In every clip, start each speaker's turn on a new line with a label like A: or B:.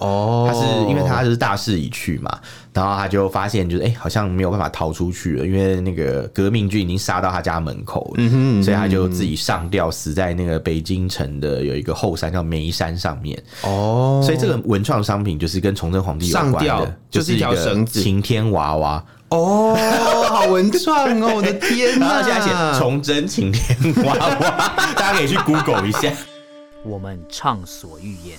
A: 哦，
B: 他是因为他就是大势已去嘛，然后他就发现就是哎、好像没有办法逃出去了，因为那个革命军已经杀到他家门口了，所以他就自己上吊死在那个北京城的有一个后山叫梅山上面。
A: 哦，
B: 所以这个文创商品就是跟崇祯皇帝有关
A: 上吊
B: 的，
A: 就是是一条
B: 个
A: 绳子
B: 晴天娃娃，
A: 哦，好文创哦，我的天
B: 然 后
A: 哪！
B: 现在写崇祯晴天娃娃，大家可以去 Google 一下。
C: 我们畅所欲言；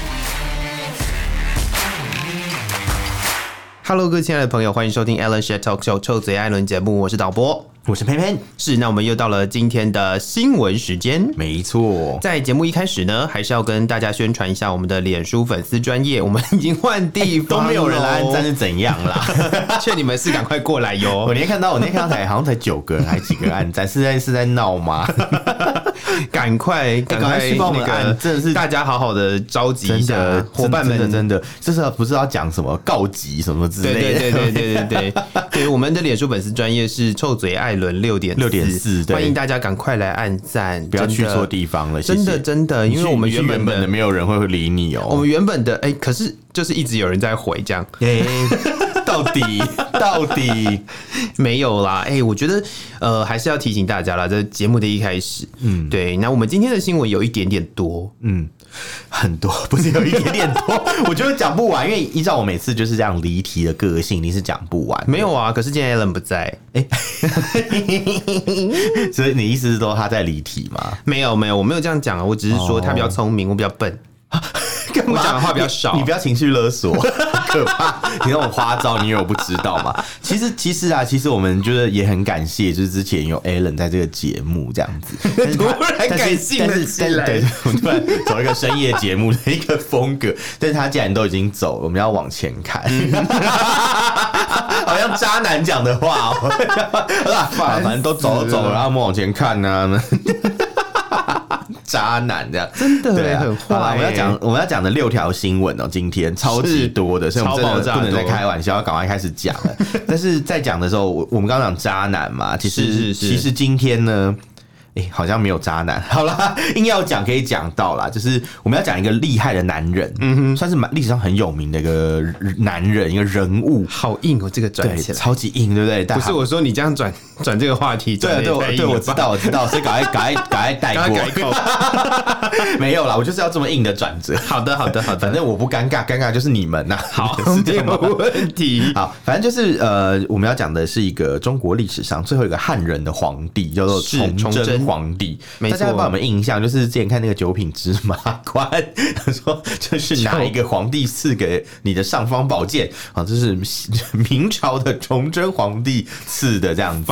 A: Hello，各位亲爱的朋友，欢迎收听 Alan s h a t Talk Show 臭嘴艾伦节目，我是导播。
B: 我是佩佩，
A: 是，那我们又到了今天的新闻时间。
B: 没错，
A: 在节目一开始呢，还是要跟大家宣传一下我们的脸书粉丝专业，我们已经换地方、
B: 哎都 没有人来按赞，是怎样啦？
A: 劝你们是赶快过来
B: 我
A: 哟，
B: 那天看到，我那天看到才好像才九个人，还几个人按赞，是在是在闹 吗？
A: 赶快赶
B: 赶快
A: 快
B: 去帮我们
A: 那个
B: 按真的是
A: 大家好好的召集一
B: 真
A: 下
B: 的，
A: 伙伴们，
B: 真的真的，这是不是要讲什么告急什么之
A: 对
B: 类的？
A: 对对对对对对 对，我们的脸书粉丝专业是臭嘴艾伦六点
B: 6.4对
A: 欢迎大家赶快来按赞，
B: 不要去
A: 真的
B: 错地方了，谢
A: 真的
B: 谢
A: 真的，
B: 你去
A: 因为我们
B: 你去
A: 原
B: 原
A: 本
B: 本的
A: 的
B: 没有人会理你
A: 我
B: 哦。
A: 们原本的哎、可是就是一直有人在回这样，
B: 哎， 到底到底，
A: 没有啦，哎、我觉得呃还是要提醒大家啦，在节目的一开始，嗯，对，那我们今天的新闻有一点点多，
B: 嗯，很多 不是有一点点多， 我觉得讲不完，因为依照我每次就是这样离题的个性，你是讲不完。
A: 没有啊，可是今天 Alan 不在，
B: 所以你意思是说他在离题吗？
A: 没有没有，我没有这样讲啊，我只是说他比较聪明，我比较 笨，
B: 干
A: 我讲的话比较少
B: 你你不要情绪勒索， 很可怕！你那种花招，你以为我不知道吗？其实，其实啊，其实我们觉得也很感谢，就是之前有 Alan 在这个节目这样子，但是他
A: 突然
B: 但是
A: 感性了
B: 但是
A: 起
B: 但是
A: 来
B: 对，我突然走一个深夜节目的一个风格，但是他既然都已经走了，我们要往前看。
A: 嗯
B: 好像渣男讲的话、哦，啊反正都走了走了，然后我们往前看呢、啊 渣男这样，真
A: 的
B: 对啊、
A: 很坏
B: 好啦我们要
A: 欸
B: 讲我们要讲的六条新闻哦、今天超级多的，所以我
A: 超
B: 们
A: 爆
B: 真的
A: 炸
B: 不能再
A: 多
B: 开玩笑，要赶快开始讲 了。但是在讲的时候，我我们刚刚讲渣男嘛，其实
A: 是是是
B: 其实今天呢。哎、好像没有渣男。 好啦，硬要讲可以讲到啦，就是我们要讲一个厉害的男人，嗯哼，算是蛮历史上很有名的一个男人，一个人物，
A: 好硬哦，这个转
B: 对，
A: 起来。
B: 超级硬，对不对？大
A: 不
B: 家
A: 是我说你这样转转这个话题，
B: 对啊，对，我对，我知，道，我知道，所以赶快，赶快，赶快 带
A: 刚刚改
B: 过，
A: 口。
B: 没有啦，我就是要这么硬的转折。
A: 好的，好的，好
B: 反
A: 的，
B: 正我不尴尬，尴尬就是你们呐、，
A: 好
B: 是
A: 没
B: 这样吗
A: 有？问 题。
B: 好，反正就是呃，我们要讲的是一个中国历史上最后一个汉人的皇帝，叫做
A: 是
B: 崇
A: 崇
B: 祯
A: 祯
B: 皇帝。
A: 没
B: 大家
A: 错
B: 不知道有没有印象，就是之前看那个《九品芝麻官》， 他说这是哪一个皇帝赐给你的尚方宝剑啊？这是明朝的崇祯皇帝赐的，这样子。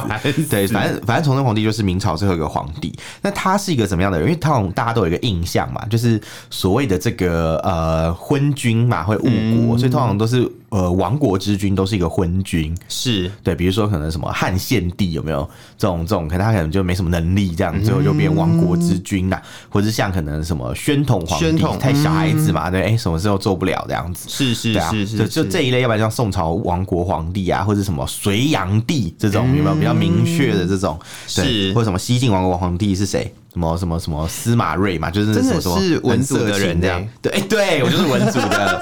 B: 对，反正反正崇祯皇帝就是明朝最后一个皇帝。那他是一个什么样的人？因为他好像大家都有一个印象嘛，就是所谓的这个呃昏君嘛，会误国，所以通常都是呃亡国之君都是一个昏君。
A: 是
B: 对，比如说可能什么汉献帝有没有这种这种，可能他可能就没什么能力，这样最后就变亡国之君呐、或者像可能什么宣统皇
A: 宣
B: 帝
A: 统嗯
B: 太小孩子嘛，对，哎、什么事都做不了这样子。
A: 是是
B: 对啊，
A: 是是，
B: 就就这一类，要不然像宋朝亡国皇帝啊，或者什么隋炀帝这种，有没有比较明确的这种？对
A: 是
B: 或者什么西晋亡国皇帝是谁？什么什么什么司马睿嘛，就是
A: 真的
B: 什么什么
A: 是文族的
B: 很色情
A: 人
B: 这样
A: 欸。
B: 对，哎对我就是文族的。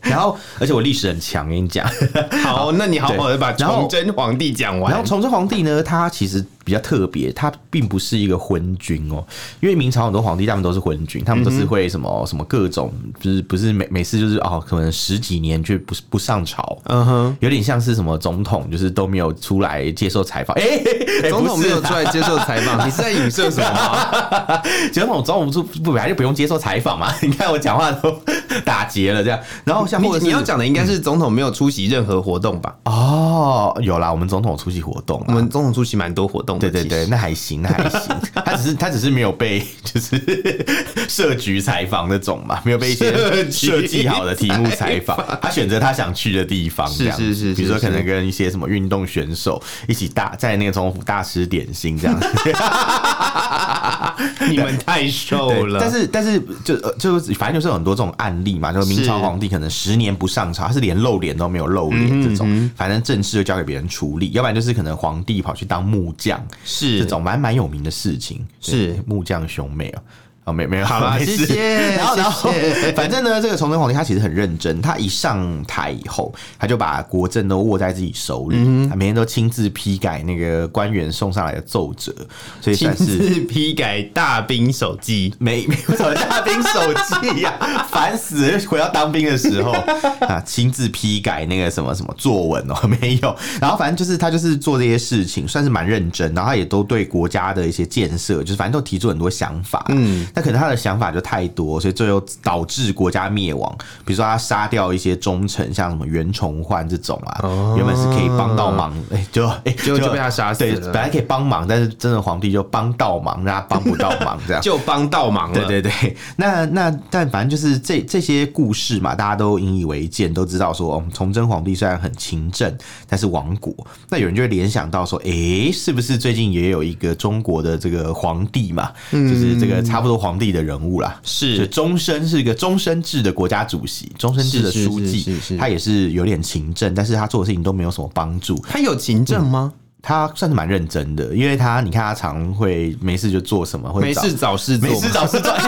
B: 然后，而且我历史很强，跟你讲。
A: 好，那你好好的把
B: 对然后
A: 崇祯皇帝讲
B: 然
A: 完
B: 后。崇祯皇帝呢，他其实比较特别，他并不是一个昏君哦，因为明朝很多皇帝他们都是昏君，他们都
A: 嗯
B: 是会什么、什么各种，就是不是每每次就是哦，可能十几年就不不上朝。
A: 嗯哼，
B: 有点像是什么总统，就是都没有出来接受采访。哎、哎
A: 总统没有
B: 不是
A: 出来接受采 访，你是在影射什么啊吗？
B: 总统总统不不本来就不用接受采访嘛。 你看我讲话都 打结了这样，然后像
A: 你
B: 或者是啊
A: 你要讲的应该是总统没有出席任何活动吧？
B: 哦，有啦，我们总统有出席活动啦，
A: 我们总统出席蛮多活动动
B: 对
A: 的，哦
B: 对
A: 其
B: 对，
A: 实
B: 那还行，那还 行。他只是他只是没有被就是 设局采访那种嘛，没有被一些
A: 设局
B: 设计好的题目采访
A: 采。
B: 他选择他想去的地方，
A: 是
B: 这样
A: 是是
B: 比如
A: 是
B: 说可
A: 是
B: 能跟一些什么运动选手一起大在那个总统府大吃点心这样。
A: 你们太瘦
B: 对，
A: 了。
B: 但是但是就呃就反正就是有很多这种案例嘛，就是明朝
A: 是
B: 皇帝可能十年不上朝，他是连露脸都没有露脸这
A: 嗯
B: 种，反正正事就交给别人处理，要不然就是可能皇帝跑去当木匠，
A: 是
B: 这种蛮蛮有名的事情，
A: 是
B: 对木匠兄妹哦。哦，没没有，
A: 好啦
B: 没事
A: 谢谢
B: 然后，然后
A: 谢谢，
B: 反正呢，这个崇祯皇帝他其实很认真，他一上台以后，他就把国政都握在自己手里，
A: 嗯
B: 他每天都亲自批改那个官员送上来的奏折，所以
A: 亲
B: 算是
A: 自批改大兵手机，
B: 没没有什么大兵手记呀、烦死了！回到当兵的时候啊，亲自批改那个什么什么作文哦，没有。然后反正就是他就是做这些事情，算是蛮认真，然后他也都对国家的一些建设，就是反正都提出很多想法。嗯，那可能他的想法就太多，所以最后导致国家灭亡。比如说他杀掉一些忠臣，像什么袁崇焕这种啊，原本是可以帮到忙，哎、就哎、
A: 结果就被他杀死
B: 对，
A: 了
B: 本来可以帮忙，但是真的皇帝就帮到忙，让他帮不到忙这样。
A: 就帮倒忙了。
B: 对对 对，那那但反正就是这这些故事嘛，大家都引以为戒，都知道说，哦，崇祯皇帝虽然很勤政，但是亡国。那有人就会联想到说，诶、是不是最近也有一个中国的这个皇帝嘛，就是这个差不多皇帝的人物啦，
A: 嗯是
B: 就终身是一个终身制的国家主席，终身制的
A: 是是
B: 书记，
A: 是是是
B: 他也是有点勤政，但是他做的事情都没有什么帮助，
A: 他有勤政吗？
B: 他算是蛮认真的，因为他你看他常会没事就做什么，会
A: 没
B: 找
A: 事找事做
B: 没
A: 嘛，
B: 事找事做，哎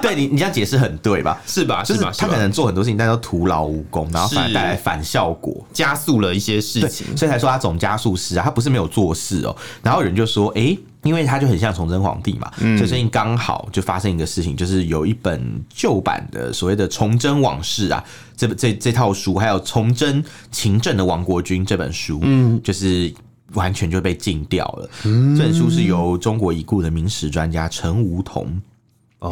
B: 对 对，你你这样解释很对吧？
A: 是吧？
B: 就是是
A: 吧？
B: 他
A: 是吧
B: 可能做很多事情，但都徒劳无功，然后反而
A: 是
B: 带来反效果。
A: 加速了一些事
B: 对，
A: 情。
B: 所以才说他总加速师啊，他不是没有做事哦、然后有人就说，诶，因为他就很像崇祯皇帝嘛，
A: 嗯
B: 所以最近刚好就发生一个事情，就是有一本旧版的所谓的《崇祯往事》啊，这这这套书，还有《崇祯勤政的亡国军》这本书，嗯，就是。完全就被禁掉了。
A: 嗯
B: 这本书是由中国已故的明史专家陈梧桐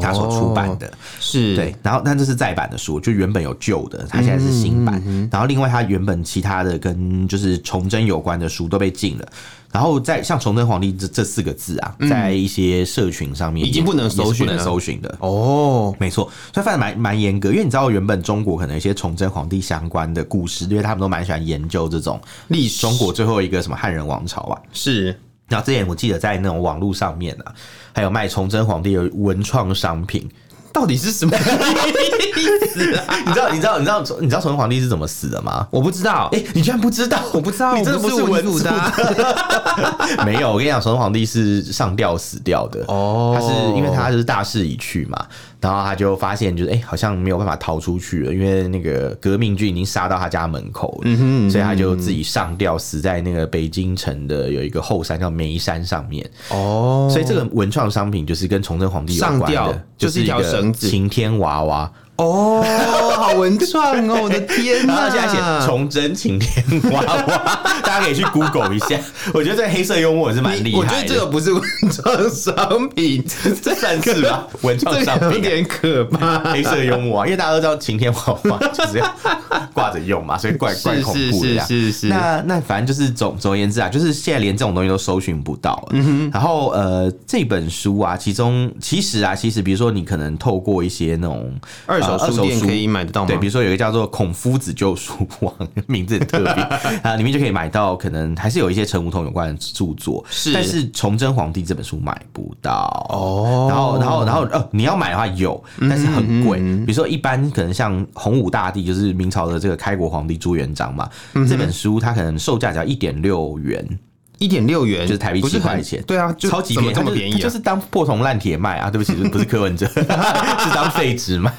B: 他所出版的。
A: 哦是
B: 哦对，然后但这是再版的书，就原本有旧的，它现在是新
A: 嗯
B: 版。然后另外它原本其他的跟就是崇祯有关的书都被禁了。然后在像“崇祯皇帝这”这四个字啊，在一些社群上面
A: 嗯已经
B: 也
A: 不能
B: 也是
A: 搜寻
B: 不能
A: 了
B: 搜寻的。
A: 哦，
B: 没错，所以反正蛮蛮严格，因为你知道原本中国可能有一些崇祯皇帝相关的故事，因为他们都蛮喜欢研究这种
A: 历史
B: 中国最后一个什么汉人王朝啊，
A: 是
B: 然后之前我记得在那种网络上面啊，还有卖崇祯皇帝的文创商品，
A: 到底是什么意思啊？
B: 你知道，你知道，你知道，你知道崇祯皇帝是怎么死的吗？
A: 我不知 道，
B: 哎、你居然不知道？
A: 我不知道，
B: 你真的
A: 我
B: 是
A: 是
B: 文
A: 主
B: 主
A: 的啊。
B: 没有，我跟你讲，崇祯皇帝是上吊死掉的。
A: 哦
B: 他是因为他就是大势已去嘛，然后他就发现就是哎、好像没有办法逃出去了，因为那个革命军已经杀到他家门口了，
A: 嗯
B: 所以他就自己上吊死在那个北京城的有一个后山叫梅山上面。
A: 哦，
B: 所以这个文创商品就是跟崇祯皇帝有关
A: 上吊
B: 的，
A: 就是是一条
B: 个
A: 绳子
B: 晴天娃娃。
A: 哦，好文创哦，我的天
B: 然后
A: 哪！
B: 他现在写崇祯晴天娃娃，大家可以去 Google 一下。我觉得这个黑色幽默也是蛮厉害的，
A: 我觉得这个不是文创商品，这
B: 算是吧，文创
A: 这
B: 商
A: 个有
B: 品啊。
A: 点可怕。
B: 黑色幽默啊，因为大家都知道晴天娃娃就是要挂着用嘛，所以怪怪
A: 是
B: 恐
A: 是
B: 怖的
A: 是
B: 呀。
A: 是是，
B: 那那反正就是总总而言之啊，就是现在连这种东西都搜寻不到了。
A: 嗯
B: 然后呃，这本书啊，其中其实啊，其实比如说你可能透过一些那种
A: 二手
B: 呃
A: 书店可以买得到吗
B: 对，比如说有一个叫做《孔夫子救赎王》，名字很特 别啊，里面就可以买到可能还是有一些陈梧桐有关的著作，
A: 是
B: 但是《崇祯皇帝》这本书买不到
A: 哦嗯
B: 然后，然后，然后，呃，你要买的话有，但是很贵。比如说，一般可能像洪武大帝，就是明朝的这个开国皇帝朱元璋嘛，
A: 嗯
B: 这本书它可能售价只要一点六元，
A: 一点六元
B: 就是台币
A: 不是
B: 7
A: 很
B: 块钱
A: 对啊，就
B: 超级
A: 怎么
B: 便宜，
A: 这
B: 它
A: 么
B: 就
A: 便
B: 它
A: 宜
B: 就
A: 啊？
B: 是当破铜烂铁卖啊！对不起，不是柯文 哲，是当废纸卖。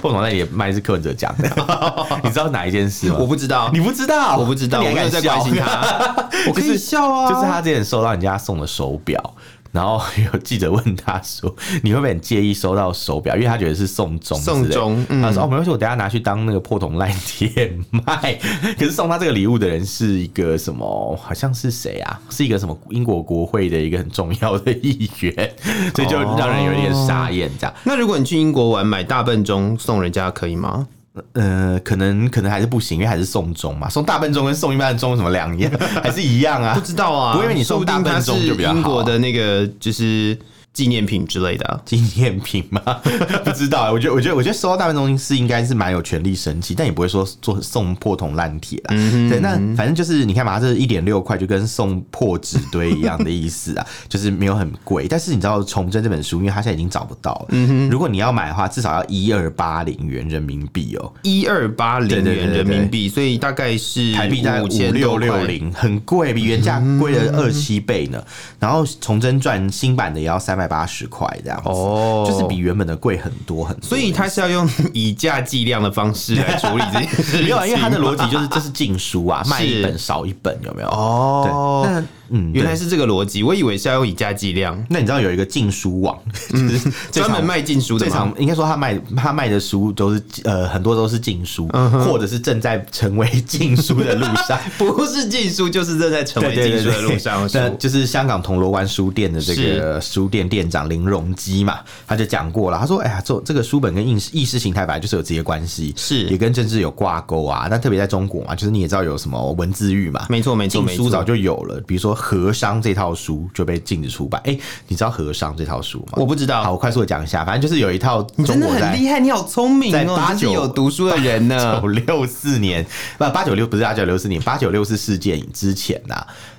B: 破铜烂铁卖是柯文哲讲的， 你知道哪一件事吗？
A: 我不知 道，
B: 你不知道，
A: 我不知道，
B: 你
A: 我
B: 还
A: 没有在
B: 敢笑
A: 关心他， 我可以笑啊，
B: 就是他之前收到人家送的手表，然后有记者问他说：“ 你会不会很介意收到手表？”因为他觉得是送钟之类的，
A: 送钟嗯
B: 他说：“哦，没关系，我等一下拿去当那个破铜烂铁卖。” 可是送他这个礼物的人是一个什么？好像是谁啊？是一个什么英国国会的一个很重要的议员， 所以就让人有点傻眼这样。
A: 哦那如果你去英国玩买大笨钟送人家可以吗？
B: 呃，可能可能还是不行，因为还是送钟嘛，送大笨钟跟送一般的钟有什么两样， 还是一样
A: 不
B: 啊。
A: 知道啊，
B: 不过因为你
A: 说
B: 送
A: 不
B: 大
A: 定
B: 笨
A: 它是
B: 钟就比较好啊
A: 英国的那个就是纪念品之类的啊、
B: 纪念品嘛， 不知道、我觉得，我觉得，我觉得收到大笨钟是应该是蛮有权利生气，但也不会说做送破铜烂铁啦。
A: 嗯
B: 对，那反正就是你看嘛，这一点六块就跟送破纸堆一样的意思啊， 就是没有很贵。但是你知道《崇祯》这本书，因为它现在已经找不到了，
A: 嗯
B: 如果你要买的话，至少要一二八零元人民币哦、
A: 一二八零
B: 对对
A: 元
B: 对
A: 人民币，所以大概是
B: 台币大概五
A: 嗯千嗯
B: 六六，零，很贵，比原价贵了二七倍呢。然后《崇祯传》新版的也要三百八十块这样子，
A: 哦
B: 就是比原本的贵很多很多。
A: 所以它是要用以价计量的方式来处理这件事情。
B: 没有啊，因为它的逻辑就是 这是禁书啊，卖一
A: 是
B: 本少一本，有没有？
A: 哦，
B: 对，那嗯，
A: 原来
B: 对
A: 是这个逻辑，我以为是要用以价计量，
B: 那你知道有一个禁书网， 就是这
A: 专门
B: 场
A: 卖禁书的
B: 这
A: 吗
B: 场？应该说他卖他卖的书都是呃很多都是禁书，或者是正在成为禁书的路上。
A: 不是禁书，就是正在成为禁书的路上的
B: 对对对对那
A: 书。
B: 就是香港铜锣湾书店的这个书店店长林荣基嘛，他就讲过了，他说：“哎呀，这这个书本跟意识意识形态本来就是有直接关系，
A: 是
B: 也跟政治有挂钩啊。但特别在中国嘛，就是你也知道有什么文字狱嘛，
A: 没错没错
B: 禁
A: 没
B: 书
A: 错
B: 早就有了，比如说《和商》这套书就被禁止出版。哎，你知道《和商》这套书吗？
A: 我不知道
B: 好，我快速的讲一下，反正就是有一套
A: 你
B: 中
A: 真的
B: 国
A: 很
B: 在
A: 厉害，你好聪明
B: 在
A: 哦，
B: 八
A: 你真
B: 九
A: 是有读书的人呢
B: 九。六四年，不八九六不是八九六四年，八九六四事件之前呐、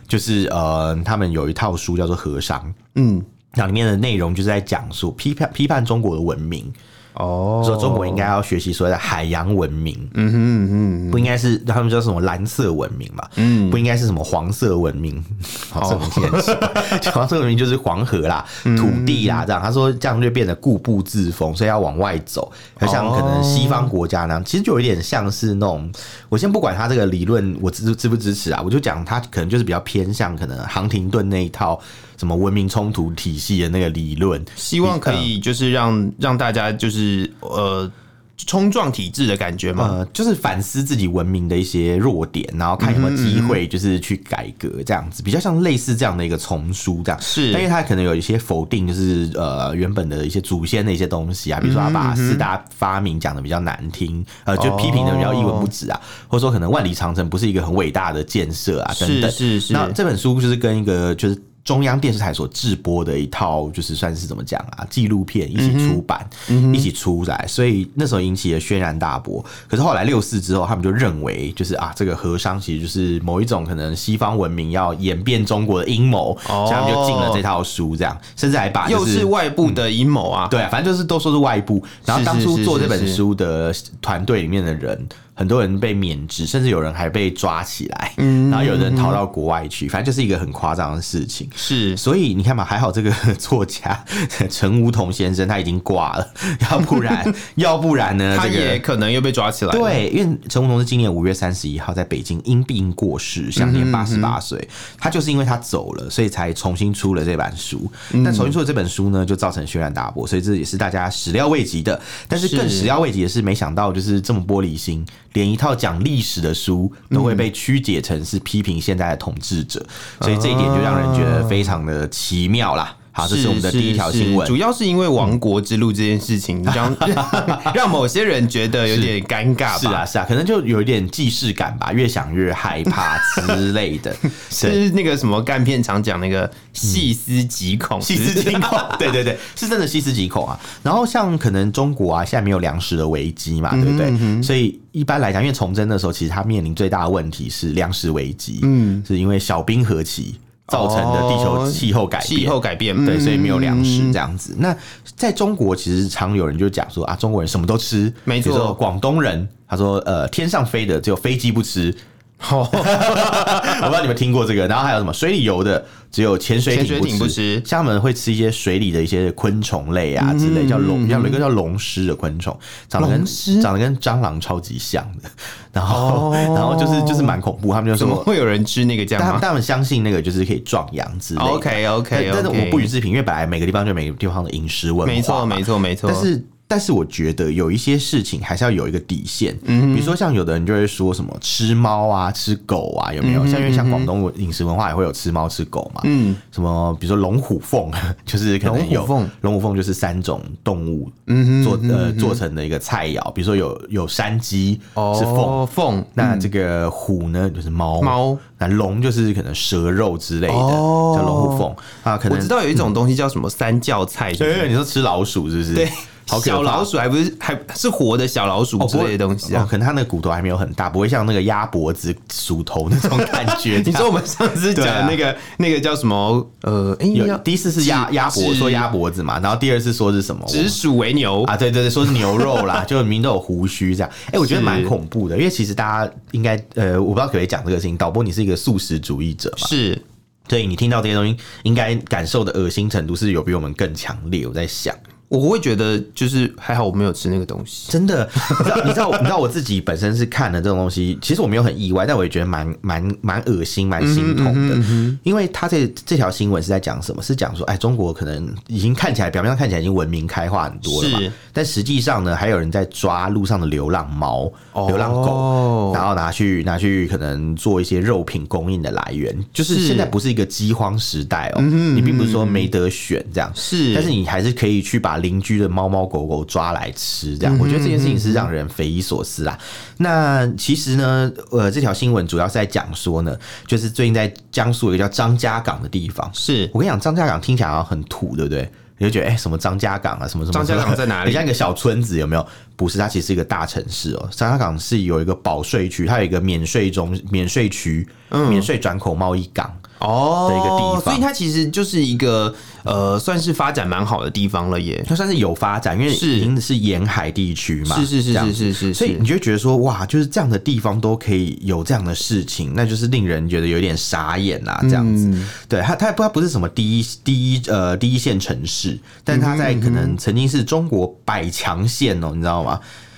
B: 就是呃，他们有一套书叫做《和商》，
A: 嗯，
B: 那里面的内容就是在讲述批判批判中国的文明，
A: 哦
B: 说中国应该要学习所谓的海洋文明，
A: 嗯哼嗯哼，
B: 不应该是他们叫什么蓝色文明嘛，嗯，不应该是什么黄色文明，黄色文明很奇怪黄色文明就是黄河啦、土地啦这样。他说这样就变得固步自封，所以要往外走，就像可能西方国家那样，其实就有一点像是那种，我先不管他这个理论我支支不支持啊，我就讲他可能就是比较偏向可能杭廷顿那一套什么文明冲突体系的那个理论，
A: 希望可以就是让让大家就是呃冲撞体制的感觉嘛。
B: 呃，就是反思自己文明的一些弱点，然后看有没有机会，就是去改革这样子，比较像类似这样的一个丛书这样。
A: 是
B: 但因为它可能有一些否定，就是呃原本的一些祖先的一些东西啊，比如说他把四大发明讲的比较难听，呃，就批评的比较一文不值啊，或者说可能万里长城不是一个很伟大的建设啊，等
A: 是
B: 等。
A: 是是，
B: 那这本书就是跟一个就是中央电视台所制播的一套，就是算是怎么讲啊，纪录片一
A: 嗯
B: 起出版，一起出来，所以那时候引起了轩然大波。可是后来六四之后，他们就认为就是啊，这个和商其实就是某一种可能西方文明要演变中国的阴谋，
A: 哦
B: 所以他们就进了这套书，这样，甚至还把就
A: 又是外部的阴谋啊。
B: 对啊，反正就是都说是外部。然后
A: 是
B: 当初
A: 是
B: 做这
A: 是
B: 本
A: 是
B: 书的团队里面的人，很多人被免职，甚至有人还被抓起来，
A: 嗯
B: 然后有人逃到国外去，反正就是一个很夸张的事情。
A: 是
B: 所以你看嘛，还好这个作家 陈梧桐先生他已经挂了，要不 然要不然呢，
A: 他
B: 这
A: 也
B: 个。
A: 可能又被抓起来了。
B: 对，因为陈梧桐是今年五月三十一号在北京因病过世，享
A: 嗯
B: 年八十八岁。他就是因为他走了，所以才重新出了这本书。
A: 嗯
B: 但重新出了这本书呢，就造成轩然大波，所以这也是大家始料未及的。但是更
A: 是
B: 始料未及的是，没想到就是这么玻璃心，连一套讲历史的书都会
A: 嗯
B: 被曲解成是批评现在的统治者，所以这一点就让人觉得非常的奇妙啦。
A: 啊
B: 好，这是我们的第一条新闻
A: 是主。要是因为亡国之路这件事情， 让让某些人觉得有点尴尬吧。
B: 是啊，，是啊，可能就有一点既视感吧，越想越害怕之类 的。对，
A: 是那个什么干片常讲那个细思极恐，
B: 细思极 恐，对对对，是真的细思极恐啊。然后像可能中国啊，现在没有粮食的危机
A: 嗯
B: 嘛，对不对？所以一般来讲，因为崇祯的时候，其实他面临最大的问题是粮食危机，嗯，是因为小冰河期造成的地球
A: 哦
B: 气候改变。
A: 气候改变，
B: 对，
A: 嗯
B: 所以没有粮食这样子。那在中国，其实常有人就讲说啊，中国人什么都吃，
A: 没错
B: 比如说广东人他说，呃，天上飞的只有飞机不吃。
A: 哦
B: 我不知道你们听过这个，然后还有什么水里游的，只有潜嗯水
A: 潜水艇
B: 不
A: 不吃嗯
B: 像他们会吃一些水里的一些昆虫类啊之类，叫龙，叫有一个叫龙虱的昆虫，长得跟
A: 龙虱
B: 长得跟蟑螂超级像的， 然后、然后就是就是蛮恐怖，他们就
A: 哦怎么
B: 说，
A: 会有人吃那个酱
B: 但他们
A: 吗
B: 他们相信那个就是可以壮阳之类的。
A: 哦？OK OK，
B: 但但是我不予置评，因为本来每个地方就有每个地方的饮食文化嘛，
A: 没错没错没错，
B: 但是但是我觉得有一些事情还是要有一个底线，嗯，比如说像有的人就会说什么吃猫啊、吃狗啊，有没
A: 嗯
B: 有？像因为像广东饮食文化也会有吃猫吃狗嘛，嗯，什么比如说龙虎凤， 就是可能
A: 龙
B: 有
A: 虎凤嗯
B: 龙虎凤就是三种动物做呃做成的一个菜肴，比如说有有山鸡是凤
A: 哦，，凤
B: 那这个虎呢就是猫，
A: 猫，
B: 那龙就是可能蛇肉之类的，
A: 哦
B: 叫龙虎凤啊，可
A: 我
B: 能
A: 知道有一种东西叫什么三教菜，是不
B: 对，因为
A: 是
B: 你说吃老鼠是不是？
A: 对，
B: 好可怕
A: 小老鼠还不是还是活的小老鼠
B: 哦
A: 之
B: 不会
A: 类的东西
B: 哦
A: 啊。
B: 可能它那个骨头还没有很大，不会像那个鸭脖子、鼠头那种感觉。
A: 啊你说我们上次讲的那个那个叫什么？呃，哎，
B: 啊有
A: 要
B: 第一次是鸭
A: 指
B: 鸭脖，
A: 指
B: 说鸭脖子嘛，然后第二次说是什么？
A: 指鼠为牛
B: 啊，对对对，说是牛 肉啦，就明明都有胡须这样。哎、我觉得
A: 是
B: 蛮恐怖的，因为其实大家应该呃，我不知道可不可以讲这个事情。导播，你是一个素食主义者嘛？
A: 是
B: 所以你听到这些东西，应该感受的恶心程度是有比我们更强烈。我在想，
A: 我会觉得就是还好我没有吃那个东西。
B: 真的，你知道，你知道，你知道我自己本身是看了这种东西，其实我没有很意外，但我也觉得蛮蛮蛮恶心、蛮心
A: 嗯
B: 痛的，因为他这这条新闻是在讲什么？是讲说，哎，中国可能已经看起来表面上看起来已经文明开化很多了嘛
A: 是，
B: 但实际上呢，还有人在抓路上的流浪猫、
A: 哦
B: 流浪狗，然后拿去拿去可能做一些肉品供应的来源，就是
A: 是
B: 现在不是一个饥荒时代哦，你并不是说没得选这样，
A: 是，
B: 但是你还是可以去把邻居的猫猫狗狗抓来吃，这样、我觉得这件事情是让人匪夷所思啦。那其实呢，呃，这条新闻主要是在讲说呢，就是最近在江苏有一个叫张家港的地方，
A: 是
B: 我跟你讲，张家港听起来好像很土，对不对？你就觉得哎、什么张家港啊，什么什么
A: 张家港在哪里
B: 很像一个小村子，有没有？不是，它其实是一个大城市哦。张家港是有一个保税区，它有一个免税中免税区，
A: 嗯
B: 免税转口贸易港。
A: 哦
B: 的一个地
A: 所
B: 方
A: 以它其实就是一个呃，算是发展蛮好的地方了耶。
B: 它算是有发展，因为
A: 是
B: 已经是沿海地区嘛，
A: 是是是
B: 这样
A: 是是
B: 子
A: 是，
B: 所以
A: 是
B: 你就会觉得说，哇，就是这样的地方都可以有这样的事情，那就是令人觉得有点傻眼啦、这样子，
A: 嗯
B: 对它，它不它不是什么第一第一呃第一线城市，但是它在可能曾经是中国百强县哦、你知道吗？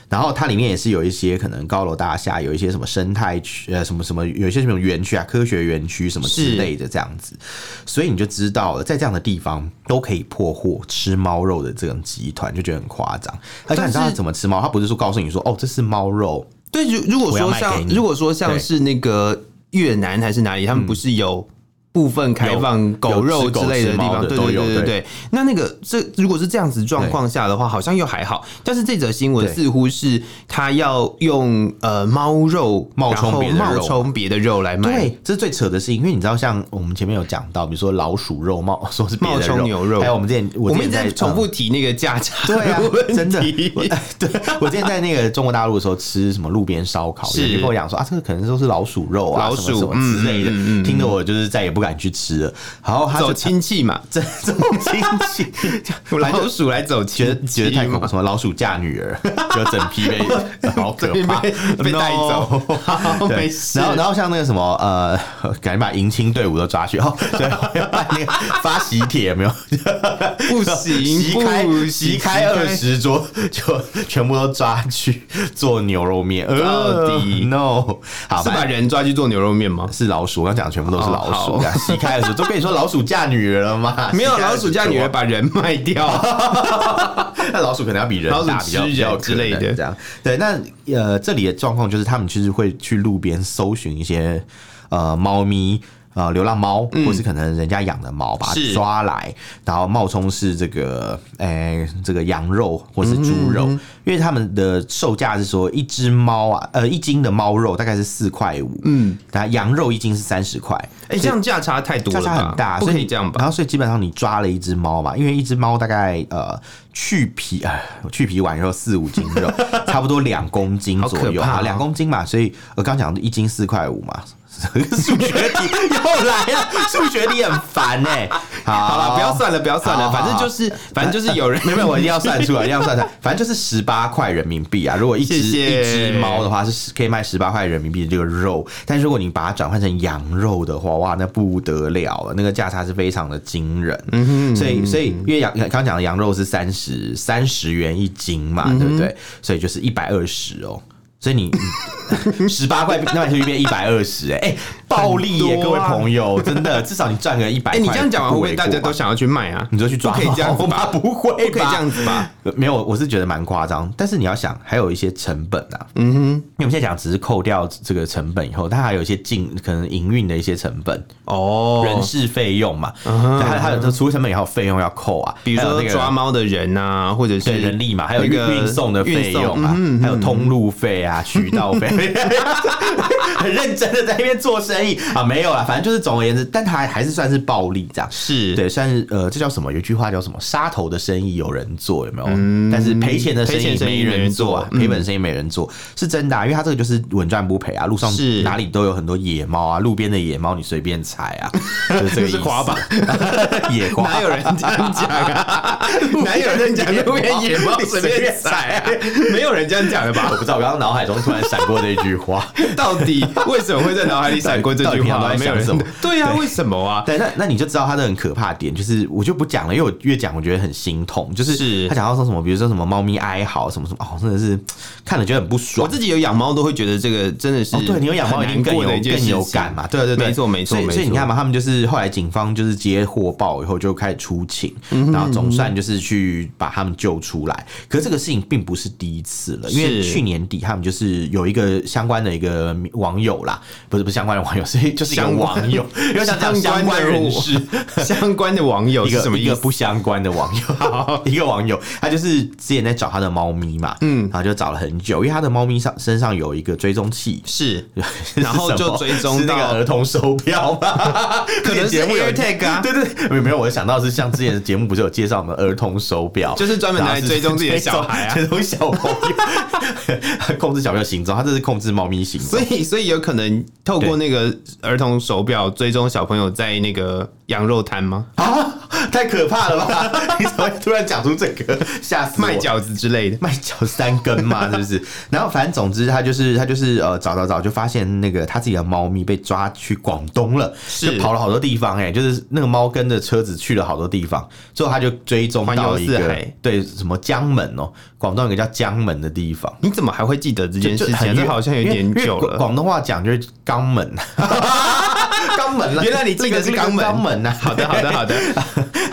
B: 然后它里面也是有一些可能高楼大厦，有一些什么生态区，呃，什么什么，有一些什么园区啊，科学园区什么之
A: 是
B: 类的这样子，所以你就知道了，在这样的地方都可以破获吃猫肉的这种集团，就觉得很夸张。而且你知道
A: 但
B: 他
A: 是
B: 怎么吃猫？他不是说告诉你说哦，这是猫肉，
A: 对，如如
B: 我
A: 果
B: 要
A: 说
B: 卖给
A: 像
B: 你
A: 如果说
B: 对
A: 像是那个越南还是哪里，他们不是有部分开放狗
B: 有
A: 肉
B: 吃
A: 之
B: 狗
A: 类
B: 吃
A: 地
B: 猫
A: 方？
B: 的
A: 对
B: 都
A: 对
B: 嗯有
A: 对对
B: 对
A: 对。那那个这如果是这样子状况下的话，好像又还好。但是这则新闻
B: 对
A: 似乎是他要用呃猫肉
B: 冒充
A: 然后
B: 别的肉
A: 冒充别的肉来卖。
B: 对，哎这是最扯的事情，因为你知道，像我们前面有讲到，比如说老鼠肉、冒说是别的
A: 冒充牛肉
B: 还有我们之前
A: 我
B: 我之
A: 们一
B: 前
A: 直在重复
B: 嗯
A: 提那个价差
B: 对啊
A: 的问，题，
B: 真的，我对 呃我之前在那个中国大陆的时候吃什么路边烧烤，有
A: 是
B: 人就跟我讲说啊，这个可能都是老鼠肉啊，
A: 老
B: 什
A: 鼠
B: 么什么之类的，
A: 嗯嗯嗯嗯
B: 听得我就是再也不敢去吃了。然后他就
A: 走亲戚嘛，
B: 这这种亲戚，反 正
A: 老
B: 就
A: 鼠来走亲
B: 觉得
A: 戚
B: 觉得太恐
A: 嘛
B: 怖，什么老鼠嫁女儿， 就整 批被好可怕，
A: 被被带
B: No
A: 走 好
B: 对
A: 没事
B: 然后然后像那个什么呃，赶紧把迎亲队伍都抓去 哦，对，我要办那个发喜帖有没有？
A: 不 行，
B: 席开
A: 不行
B: 席开二，十桌，就全部都抓去 做牛肉面，呃
A: 到底
B: no，好，
A: 是
B: 反
A: 把
B: 正
A: 人抓去做牛肉面吗？
B: 是老鼠，我刚讲的全部都是
A: 哦
B: 老鼠，
A: 好
B: 这样席开二十桌，都跟你说老鼠嫁女儿了嘛，
A: 没有，
B: 席开
A: 老鼠嫁女儿
B: 20桌
A: 把人卖掉，
B: 那老鼠可能要比人
A: 老鼠
B: 大比较
A: 吃人
B: 比较
A: 之类的
B: 可能这样。对，那呃，这里的状况就是他们就是会去路边搜寻一些呃猫咪。呃，流浪猫，或是可能人家养的猫，把它
A: 嗯是
B: 抓来，然后冒充是这个，诶、这个羊肉或是猪肉，
A: 嗯
B: 因为他们的售价是说一只猫啊，呃，一斤的猫肉大概是四块五，嗯，那羊肉一斤是三十块，
A: 哎，这样价差太多
B: 价
A: 了，
B: 差很大，
A: 不
B: 所
A: 可
B: 以
A: 以
B: 你
A: 这样
B: 然
A: 吧？
B: 后所以基本上你抓了一只猫嘛，因为一只猫大概呃去皮啊去皮完以后四五斤 肉，差不多两公斤
A: 好
B: 左
A: 可
B: 右，
A: 怕哦
B: 两公斤嘛，所以我刚讲一斤四块五嘛。 数学题又来了，数学题很烦哎、好，
A: 好了，不要算了，不要算
B: 好
A: 了，
B: 好
A: 反正
B: 好
A: 就是，反正就是有人
B: 没有没有，我一定要算 出来，一定要算出来。反正就是十八块人民币啊，如果一
A: 谢
B: 只
A: 谢
B: 一只猫的话是可以卖十八块人民币的这个肉，但是如果你把它转换成羊肉的话，哇，那不得了了，那个价差是非常的惊人。嗯哼，所以所以因为羊刚刚讲的
A: 嗯
B: 羊肉是三十三十元一斤嘛，对不对？所以就是一百二十哦。所以你 十八块那就变一百二十，哎，暴利耶，
A: 很
B: 各
A: 多
B: 位
A: 啊
B: 朋友，真的，至少你赚个一 百。
A: 哎、你这样讲完，会不会大家都想要去卖啊？
B: 你就去抓
A: 不可以这样
B: 猫
A: 子
B: 吗
A: 吧？
B: 不会吧
A: 不可以这样子吧？
B: 呃没有，我是觉得蛮夸张。但是你要想，还有一些成本啊。嗯哼，因为我们现在讲只是扣掉这个成本以后，它还有一些进可能营运的一些成本，
A: 哦，嗯
B: 人事费用嘛，对它它有这除了成本以后费用要扣啊，
A: 比如
B: 还有
A: 说
B: 那个
A: 抓猫的人啊，或者是
B: 对人力嘛，还有
A: 那
B: 运
A: 个
B: 运送的费用啊，
A: 运送嗯
B: 还有通路费啊、渠道费， 很认真的在那边做生意啊，没有啦，反正就是总而言之，但他还是算是暴利这样。
A: 是
B: 对，算是呃，这叫什么？有一句话叫什么？杀头的生意有人做，有没有？但是赔钱的
A: 嗯
B: 生
A: 赔
B: 意
A: 钱生意
B: 没
A: 没
B: 人
A: 人
B: 做
A: 做
B: 啊，
A: 嗯
B: 赔本生意没人做，是真的、啊，因为他这个就是稳赚不赔啊，路上
A: 是
B: 哪里都有很多野猫啊，路边的野猫你随便踩啊，就是这个意思。
A: 是滑板，
B: 野 滑
A: 哪有人这样 讲 啊？哪有人讲路边野猫随便踩啊？没有人这样讲的吧
B: 我？不知道，我刚刚脑海中突然闪过这一句话。
A: 到底为什么会在脑海里闪过这句
B: 到
A: 话？
B: 底平常都在
A: 没有人
B: 想什么
A: 对啊，为什么啊？
B: 对，那那你就知道他的很可怕的点，就是我就不讲了，因为我越讲我觉得很心痛。就是
A: 是
B: 他讲到说什么，比如说什么猫咪哀嚎什么什么，哦，真的是看了觉得很不
A: 我
B: 爽。
A: 自己有养猫，都会觉得这个真的是
B: 哦，对你有养猫一
A: 很
B: 定
A: 难
B: 更有
A: 过的一件
B: 更有
A: 事情
B: 感嘛？对对对，
A: 没错没错
B: 所以
A: 没错
B: 所以你看嘛，他们就是后来警方就是接获报以后就开始出勤，
A: 嗯
B: 然后总算就是去把他们救出来。可是这个事情并不是第一次了，因为
A: 是
B: 去年底他们就是有一个相关的一个网友啦，不是不是相关的网友，所以就是一个
A: 相关
B: 网友， 因为像这样相
A: 相关
B: 关
A: 的
B: 人士。
A: 相关的网友
B: 一
A: 哦是
B: 个
A: 什么
B: 一
A: 意
B: 个
A: 思？
B: 不相关的网友， 一个网友，他就是之前在找他的猫咪嘛，嗯，然后就找了很久，因为他的猫咪上身上有一个追踪器。
A: 是， 然后
B: 是什
A: 就
B: 么
A: 追踪
B: 是那个
A: 到
B: 儿童手表嘛，
A: 可能是
B: 之 前节目有
A: AirTag 啊
B: 对对对，没有没有，我想到是像之前的节目不是有介绍我们儿童手表，
A: 就是专门拿来追踪自己的小孩啊
B: 追踪小朋友， 控制小朋友行踪，他这是控制猫咪行踪
A: 所，以所以有可能透过那个儿童手表追踪小朋友在那个羊肉摊吗？
B: 啊，太可怕了吧！ 你怎么会突然讲出这个，吓死我！
A: 卖饺子之类的。
B: 卖脚三根嘛， 是不是？然后反正总之，他就是他就是呃，找找找，就发现那个他自己的猫咪被抓去广东了，
A: 是
B: 就跑了好多地方、哎，就是那个猫跟着车子去了好多地方，最后他就追踪
A: 环游
B: 到一
A: 四
B: 个
A: 海
B: 对什么江门哦、广东有个叫江门的地方。
A: 你怎么还会记得这件
B: 就
A: 事情啊？
B: 就很
A: 这
B: 远
A: 好像有
B: 因为
A: 点
B: 因为
A: 久
B: 广
A: 了。
B: 广东话讲就是肛 门，肛门了。
A: 原来你记得是肛门
B: 肛门 啊。
A: 好的，好的，好的。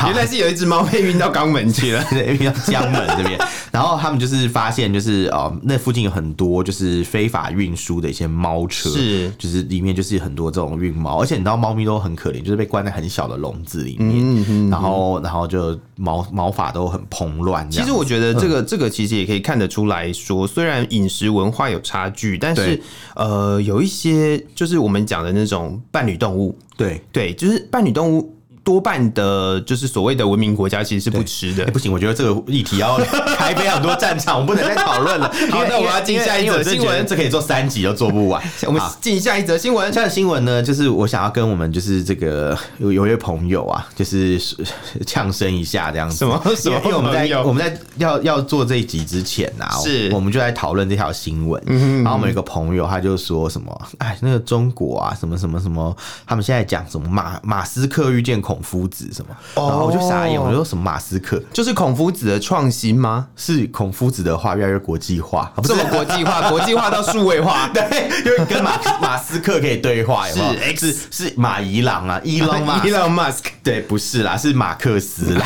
A: 原来是有一只猫被运到肛门去 了。
B: 对，遇到江门这边，然后他们就是发现，就是呃，那附近有很多就是非法运输的一些猫车，
A: 是
B: 就是里面就是很多这种运猫，而且你知道猫咪都很可怜，就是被关在很小的笼子里面，
A: 嗯
B: 然后然后就毛毛发都很蓬乱这
A: 其
B: 样。
A: 实我觉得这个、这个其实也可以看得出来说，虽然饮食文化有差距，但是
B: 对
A: 呃，有一些就是我们讲的那种伴侣动物，
B: 对。
A: 对，就是伴侣动物多半的，就是所谓的文明国家其实是不吃
B: 哎
A: 的。
B: 不行，我觉得这个议题要开非常多战场，我们不能再讨论了。
A: 好那我要进下一则新闻
B: 这可以做三集都做不 完。
A: 我们
B: 好
A: 进下一则新闻。
B: 下的新闻呢，就是我想要跟我们就是这个 有有一位朋友啊，就是 呛声一下这样子。
A: 什么什么
B: 因为因为我们
A: 朋
B: 在
A: 友
B: 我们在要要做这一集之前啊，
A: 是嗯
B: 我们就在讨论这条新闻。然后我们有一个朋友他就说什么，哎，那个中国啊，什么什么什么，他们现在讲什么马马斯克遇见孔夫子什么，
A: 哦
B: 然后我就傻眼，我就说什么马斯克
A: 就是孔夫子的创新吗？
B: 是孔夫子的话越来越国际化，啊不是
A: 这么国际化，国际化到数位 化，
B: 对， 因为跟马马斯克可以对话，有没有？
A: 是
B: 是是马伊朗啊，伊朗马
A: Elon Musk
B: 对，不是啦，是马克思啦，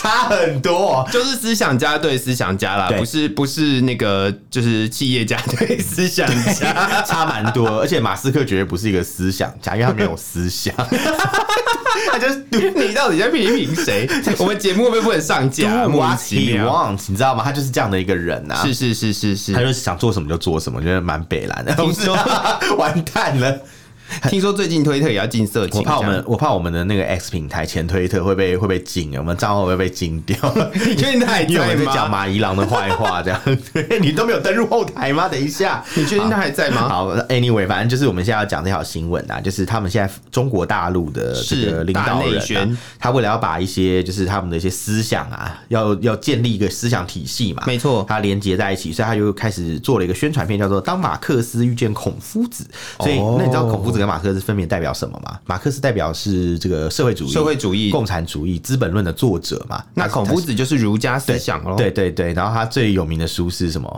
B: 差很多、哦。
A: 就是思想家对思想家啦，
B: 对
A: 不是不是那个就是企业家对思想 家。
B: 差蛮多，而且马斯克绝对不是一个思想家，因为他没有思想，他就是 do
A: 你到底在批评 谁？我们节目会不会不能上架啊？
B: do
A: 莫名
B: what
A: 其
B: he
A: 妙。
B: wants，你知道吗？他就是这样的一个人啊，
A: 是是是是
B: 他
A: 是，
B: 就是想做什么就做什么，觉得蛮北蓝的，
A: 听
B: 不是啊 完蛋了。
A: 听说最近推特也要禁色情，
B: 我怕我
A: 这
B: 们
A: 样，
B: 我怕我们的那个 X 平台前推特会被会被禁，我们账号会被禁掉，
A: 因为你还
B: 因为我
A: 在
B: 们在讲
A: 吗？
B: 马伊郎的坏话，这样 对你都没有登入后台吗？等一下，
A: 你确定他还在吗？
B: 好，anyway，反正就是我们现在要讲这条新闻啊，就是他们现在中国大陆的这个
A: 是
B: 领导
A: 大内
B: 人、啊
A: 宣，
B: 他为了要把一些就是他们的一些思想啊，要要建立一个思想体系嘛，
A: 没错
B: 他连接在一起，所以他就开始做了一个宣传片，叫做《当马克思遇见孔夫子》。所以、
A: 哦
B: 那你知道孔夫子跟马克思分别代表什么吗？马克思代表是这个社会主义、
A: 社会主义
B: 共产主义、资本论的作者嘛，
A: 那
B: 他是
A: 孔夫。子就是儒家
B: 对
A: 思想喽，
B: 对对对，然后他最有名的书是什么？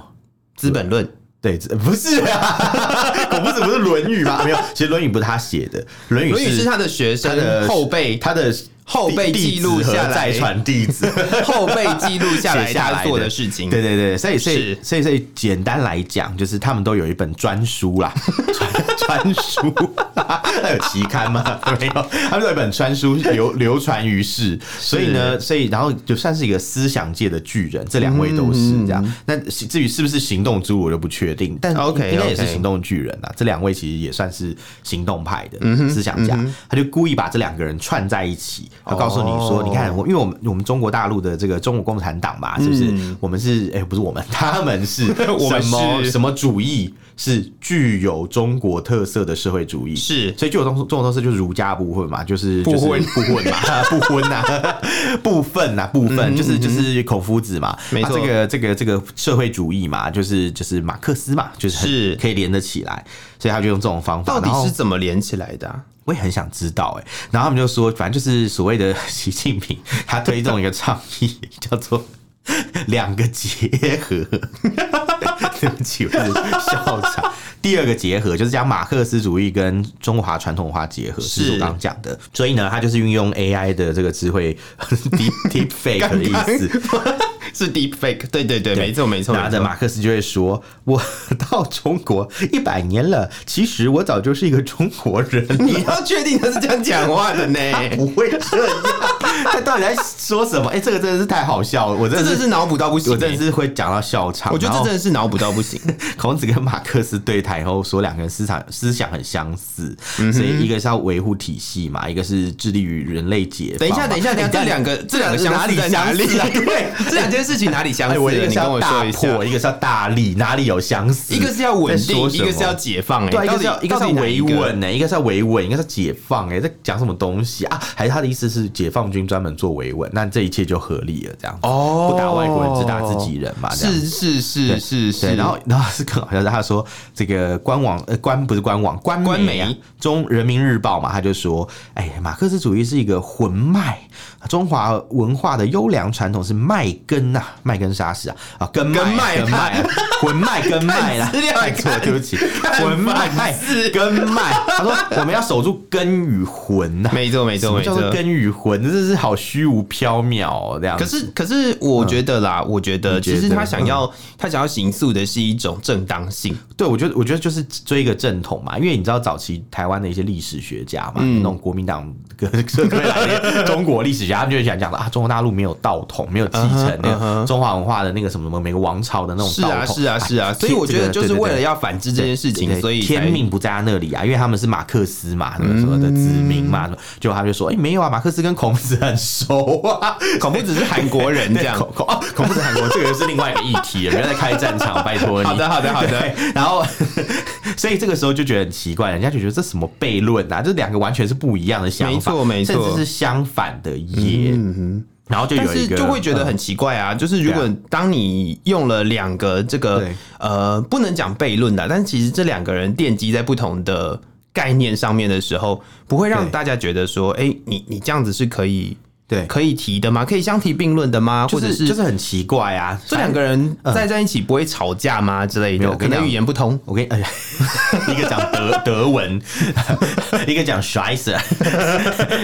A: 《资本论》
B: 对，这不是啊， 孔夫子不是《论语》吗？没有，其实《论语》不是他写的，《论语》
A: 论语是
B: 是
A: 他的学
B: 他的
A: 生后辈，
B: 他的
A: 后辈
B: 弟
A: 记录
B: 弟子和
A: 下来
B: 再传弟子。
A: 后辈记录下来
B: 写下来
A: 他做
B: 的
A: 的事情。
B: 对对对，所以所以
A: 是
B: 所以所以简单来讲，就是他们都有一本专书啦， 专 专书，那有期刊吗？没有，他们有一本专书流流传于世，所以呢，所以然后就算是一个思想界的巨人，这两位都是
A: 嗯
B: 这样。那至于是不是行动之物，我就不确定，但
A: OK，
B: 应该也是
A: OK
B: 行动巨人啊。这两位其实也算是行动派的
A: 嗯
B: 思想家，他就故意把这两个人串在一起，他告诉你说，
A: 哦
B: 你看我。因为我们我们中国大陆的这个中国共产党嘛，是不是？我们是哎、不是我们， 他们是
A: 嗯 我们
B: 什么
A: 是
B: 什么主义？是具有中国特色的社会主义，
A: 是
B: 所以具有中中国特色就是儒家部分嘛，就是
A: 不婚
B: 就是、不婚嘛， 不婚呐、部分呐、啊部
A: 嗯
B: 分、就是就是孔夫子嘛，
A: 没
B: 啊
A: 错
B: 这个这个这个社会主义嘛，就是就是马克思嘛，就是很
A: 是
B: 可以连得起来，所以他就用这种方法，
A: 到底
B: 然后
A: 是怎么连起来的啊、
B: 我也很想知道哎、然后他们就说，反正就是所谓的 习近平，他推动一个倡议 叫做“两个结合”。 对不起，我是笑场。第二个结合就是将马克思主义跟中华传统文化结合，
A: 是
B: 是我刚刚讲的。所以呢，他就是运用 AI 的这个 智慧 deep deep fake 的意思，
A: 是 deep fake，对对对，没错没错，
B: 拿着
A: 没错
B: 马克思就会说：“我到中国一百年了，其实我早就是一个中国人了。”
A: 你要确定他是这样讲话的 呢？
B: 不会这样，他到底在说什么？哎、这个真的是太好笑了，我真
A: 这
B: 的
A: 真
B: 是，
A: 是脑补到不行、欸
B: 我真的是会讲到笑场。
A: 我觉得这真
B: 然
A: 的是脑补到不 行。
B: 后孔子跟马克思对谈以后，说两个人思想思想很相似，所以一个是要维护体系嘛，一个是致力于人类解
A: 等
B: 放嘛。
A: 一下，等一下，等一下，这两个这两个相
B: 哪
A: 似
B: 里
A: 在哪
B: 相
A: 里
B: 似啊？对，
A: 这两件事情哪里相
B: 哎，
A: 似？
B: 我一个
A: 你
B: 是
A: 跟
B: 要
A: 我说
B: 大
A: 一下，
B: 破，一个是要大力，哪里有相似？
A: 一个是要稳
B: 在
A: 定，
B: 说什
A: 一
B: 么
A: 个是要解放，哎，
B: 对啊，一
A: 到
B: 个
A: 底
B: 是要一个是
A: 到
B: 要
A: 底哪
B: 维
A: 一个
B: 稳欸呢，一个是要维稳，一个是解放哎、在讲什么东西啊？还是他的意思是解放军专门做维稳，那这一切就合理了，这样子
A: 哦
B: 不打外国人，只打自己人嘛，这样子。
A: 是是是是
B: 对，
A: 是，
B: 然后然后是更好笑的，他说这个官网呃官不是官网官
A: 官
B: 媒
A: 媒
B: 啊，中人民日报嘛，他就说，哎，马克思主义是一个魂脉，中华文化的优良传统是麦根呐、麦根啥事啊啊根
A: 根脉
B: 脉啊根脉啊魂脉根脉啦，
A: 看资料
B: 看错
A: 看
B: 对不起，
A: 看
B: 魂脉
A: 烦死
B: 根脉，他说我们要守住根与魂呐、
A: 没错没
B: 什
A: 错
B: 么
A: 没
B: 叫
A: 错
B: 做。根与魂？这真是好虚无缥缈哦，这样子。
A: 可是，可是，我觉得啦，我觉得
B: 你觉得嗯
A: 其实他想要，他想要刑诉的是一种正当性，
B: 对，我觉得我觉得就是追一个正统嘛，因为你知道早期台湾的一些历史学家嘛，
A: 嗯
B: 那种国民党 跟社会来的中国历史学家，他们就想讲啊，中国大陆没有道统，没有
A: 嗯
B: 继承那个中华文化的那个什么什么每个王朝的那种
A: 是
B: 道
A: 啊
B: 统，
A: 是啊是啊，所以我觉得就是为了要反制这件事
B: 对
A: 情，
B: 对
A: 所以才
B: 天命不在他那里啊，因为他们是马克思嘛，什么什么
A: 嗯
B: 的子民嘛，什么，结果他就说，哎、没有啊，马克思跟孔子很熟啊，
A: 恐怖只是韩国人这样
B: 对。孔孔哦，孔夫子韩国这个又是另外一个议题了，不要再开战场，拜托 你。
A: 好的好的好的
B: 对。然后， 所以这个时候就觉得很奇怪，人家就觉得这什么悖论啊，这两个完全是不一样的想法，
A: 没错没错
B: 甚至是相反的耶。然嗯后 就
A: 但
B: 有一
A: 是
B: 个，嗯
A: 就会觉得很奇怪啊，就是如果
B: 对
A: 当你用了两个这个
B: 对
A: 呃，不能讲悖论的，但其实这两个人奠基在不同的概念上面的时候，不会让
B: 对
A: 大家觉得说，哎，你你这样子是可以
B: 对，
A: 可以提的吗？可以相提并论的吗？
B: 就
A: 或者
B: 是
A: 是
B: 就是很奇怪啊，
A: 这两个人在在一起不会吵架吗？之类
B: 没有
A: 的，
B: 我
A: 可
B: 跟你讲
A: 能语言不通。
B: 我跟你，哎呀 一个讲德德文， 一个讲 Schweizer，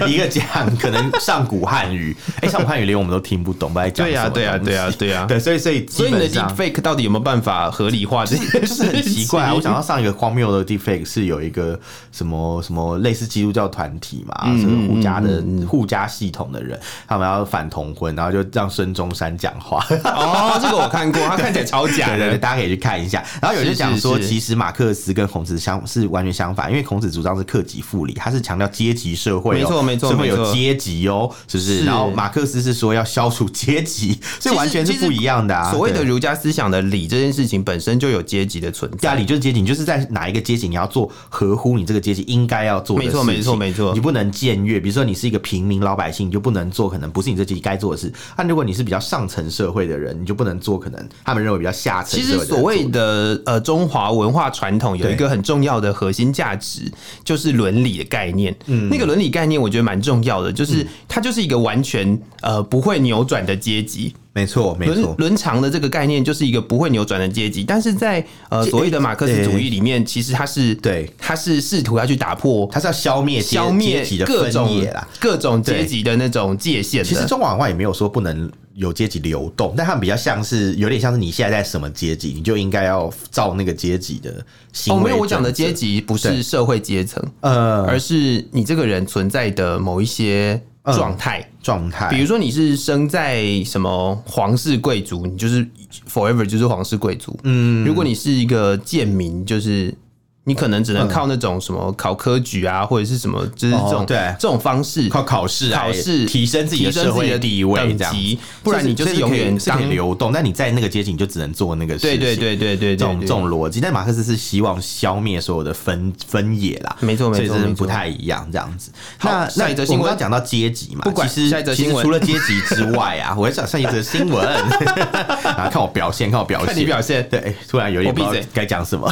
B: 一个讲可能上古汉语。哎、上古汉语连我们都听不懂，不知道在讲
A: 对
B: 什
A: 呀，对呀，
B: 么东西
A: 对呀，啊对呀。
B: 啊对，所以所以
A: 所以你的
B: 基本
A: deep
B: 上
A: fake 到底有没有办法合理化这件
B: 就是很
A: 事情
B: 奇怪 啊！我想到上一个荒谬的 deepfake 是有一个什么什么类似基督教团体嘛，
A: 嗯
B: 是护家的护家系统的人，他们要反同婚，然后就让孙中山讲话，
A: 哦，这个我看过，他看起来超假
B: 对对对，
A: 的。
B: 大家可以去看一下。然后有人
A: 是
B: 讲说，
A: 是是
B: 其实马克思跟孔子相是完全相反，因为孔子主张是克己复礼，他是强调阶级社会哦，
A: 没错没错
B: 社会
A: 没
B: 有
A: 错
B: 阶级哦，是不是？
A: 是
B: 然后马克思是说要消除阶级，所以完全是
A: 其实
B: 不一样的啊。
A: 所谓的
B: 对
A: 儒家思想的理这件事情本身就有阶级的存
B: 家
A: 在，
B: 里就是阶级，你就是在哪一个阶级，你要做合乎你这个阶级应该要做的事
A: 没
B: 情。
A: 错没错没错
B: 你不能僭越。比如说你是一个平民老百姓，你就不能做可能不是你这阶级该做的事。但如果你是比较上层社会的人，你就不能做可能他们认为比较下层
A: 其
B: 社
A: 实
B: 会的人做的
A: 所
B: 事。
A: 谓的呃中华文化传统有
B: 对
A: 一个很重要的核心价值，就是伦理的概念。嗯，那个伦理概念我觉得蛮重要的，就是它就是一个完全呃不会扭转的阶级。
B: 没错，没
A: 伦
B: 错。
A: 伦常的这个概念就是一个不会扭转的阶级，但是在呃所谓的马克思主义里面，其实它是
B: 对，
A: 它是试图要去打破
B: 它是要消灭阶
A: 消灭
B: 阶级的
A: 各
B: 分
A: 种
B: 野啦。
A: 各种阶级的那种界限的。
B: 其实中华文化也没有说不能有阶级流动，但他们比较像是有点像是你现在在什么阶级，你就应该要照那个阶级的行
A: 哦，没
B: 为。
A: 有，我讲的阶，级不是
B: 对
A: 社会阶层，
B: 呃，
A: 而是你这个人存在的某一些状态。
B: 状态，
A: 比如说你是生在什么皇室贵族，你就是 forever 就是皇室贵族。嗯，如果你是一个贱民，就是你可能只能靠那种什么考科举啊，或者是什么，就是这种、
B: 哦对
A: 这种方式
B: 靠考试来
A: 考试
B: 提升自己的
A: 提升
B: 社
A: 自己
B: 会
A: 的
B: 地位，
A: 等
B: 这样
A: 级，不然你就是
B: 所以
A: 永
B: 可以
A: 远
B: 是
A: 当
B: 可以流动。但你在那个阶级，你就只能做那个事
A: 对
B: 情。
A: 对对对对对
B: 这种这
A: 对
B: 种逻辑，但马克思是希望消灭所有的分分野啦，
A: 没错没错
B: 所以这是
A: 没错
B: 不太一样这样子。
A: 好
B: 那
A: 下
B: 那
A: 一则
B: 我
A: 新闻
B: 们刚刚讲到阶级嘛，
A: 不管
B: 其实
A: 下一则
B: 其
A: 新
B: 实
A: 闻
B: 除了阶级之外啊， 我要讲上一则新闻 啊，看我表现，看我表现，
A: 看你表现
B: 对，哎突然有
A: 我
B: 点不
A: 闭
B: 知道
A: 嘴
B: 该讲什么，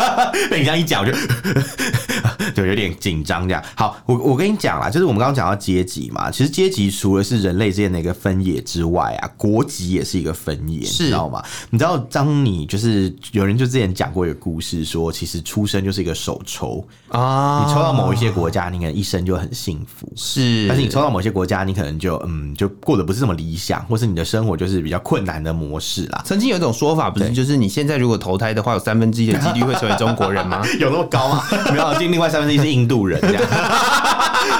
B: 被你这样一讲，我就 就有点紧张这样。好，我我跟你讲啦，就是我们刚刚讲到阶级嘛，其实阶级除了是人类之间的一个分野之外啊，国籍也是一个分野，你
A: 是
B: 知道吗？你知道，当你就是有人就之前讲过一个故事说其实出生就是一个手抽，
A: 啊，
B: 你抽到某一些国家，你可能一生就很幸福。
A: 是，
B: 但是你抽到某些国家，你可能就嗯，就过得不是这么理想，或是你的生活就是比较困难的模式啦。
A: 曾经有一种说法，不是
B: 对
A: 就是你现在如果投胎的话，有三分之一的几率会成为中国人 吗？
B: 有那么高吗？没有，就另外三分之一是印度人这样。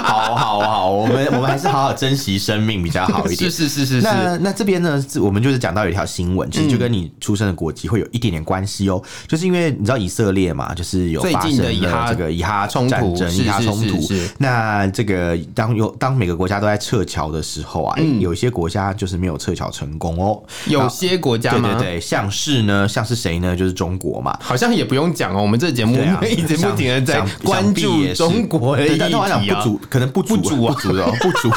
B: 好好好，我们我们还是好好珍惜生命比较好一
A: 是
B: 点。
A: 是是是是，
B: 那那这边呢，是我们就是讲到有一条新闻，
A: 嗯
B: 其实就跟你出生的国籍会有一点点关系哦。就是因为你知道以色列嘛，就是有
A: 最
B: 发
A: 近
B: 生
A: 的以哈
B: 了这个以哈
A: 冲突
B: 战争、
A: 是
B: 以哈
A: 是
B: 冲
A: 是
B: 突
A: 是。
B: 那这个当有当每个国家都在撤侨的时候啊，诶
A: 嗯
B: 有一些国家就是没有撤侨成功哦。
A: 有些国家
B: 对
A: 吗？
B: 对对，像是呢，像是谁呢？就是中国嘛。
A: 好像也不用讲哦，我们这节目
B: 对啊
A: 一直不停的在
B: 想
A: 关注中国的
B: 对
A: 议
B: 但
A: 题
B: 但我想不
A: 啊。
B: 足，可能不足
A: 不足啊
B: 不足的哦， 不足。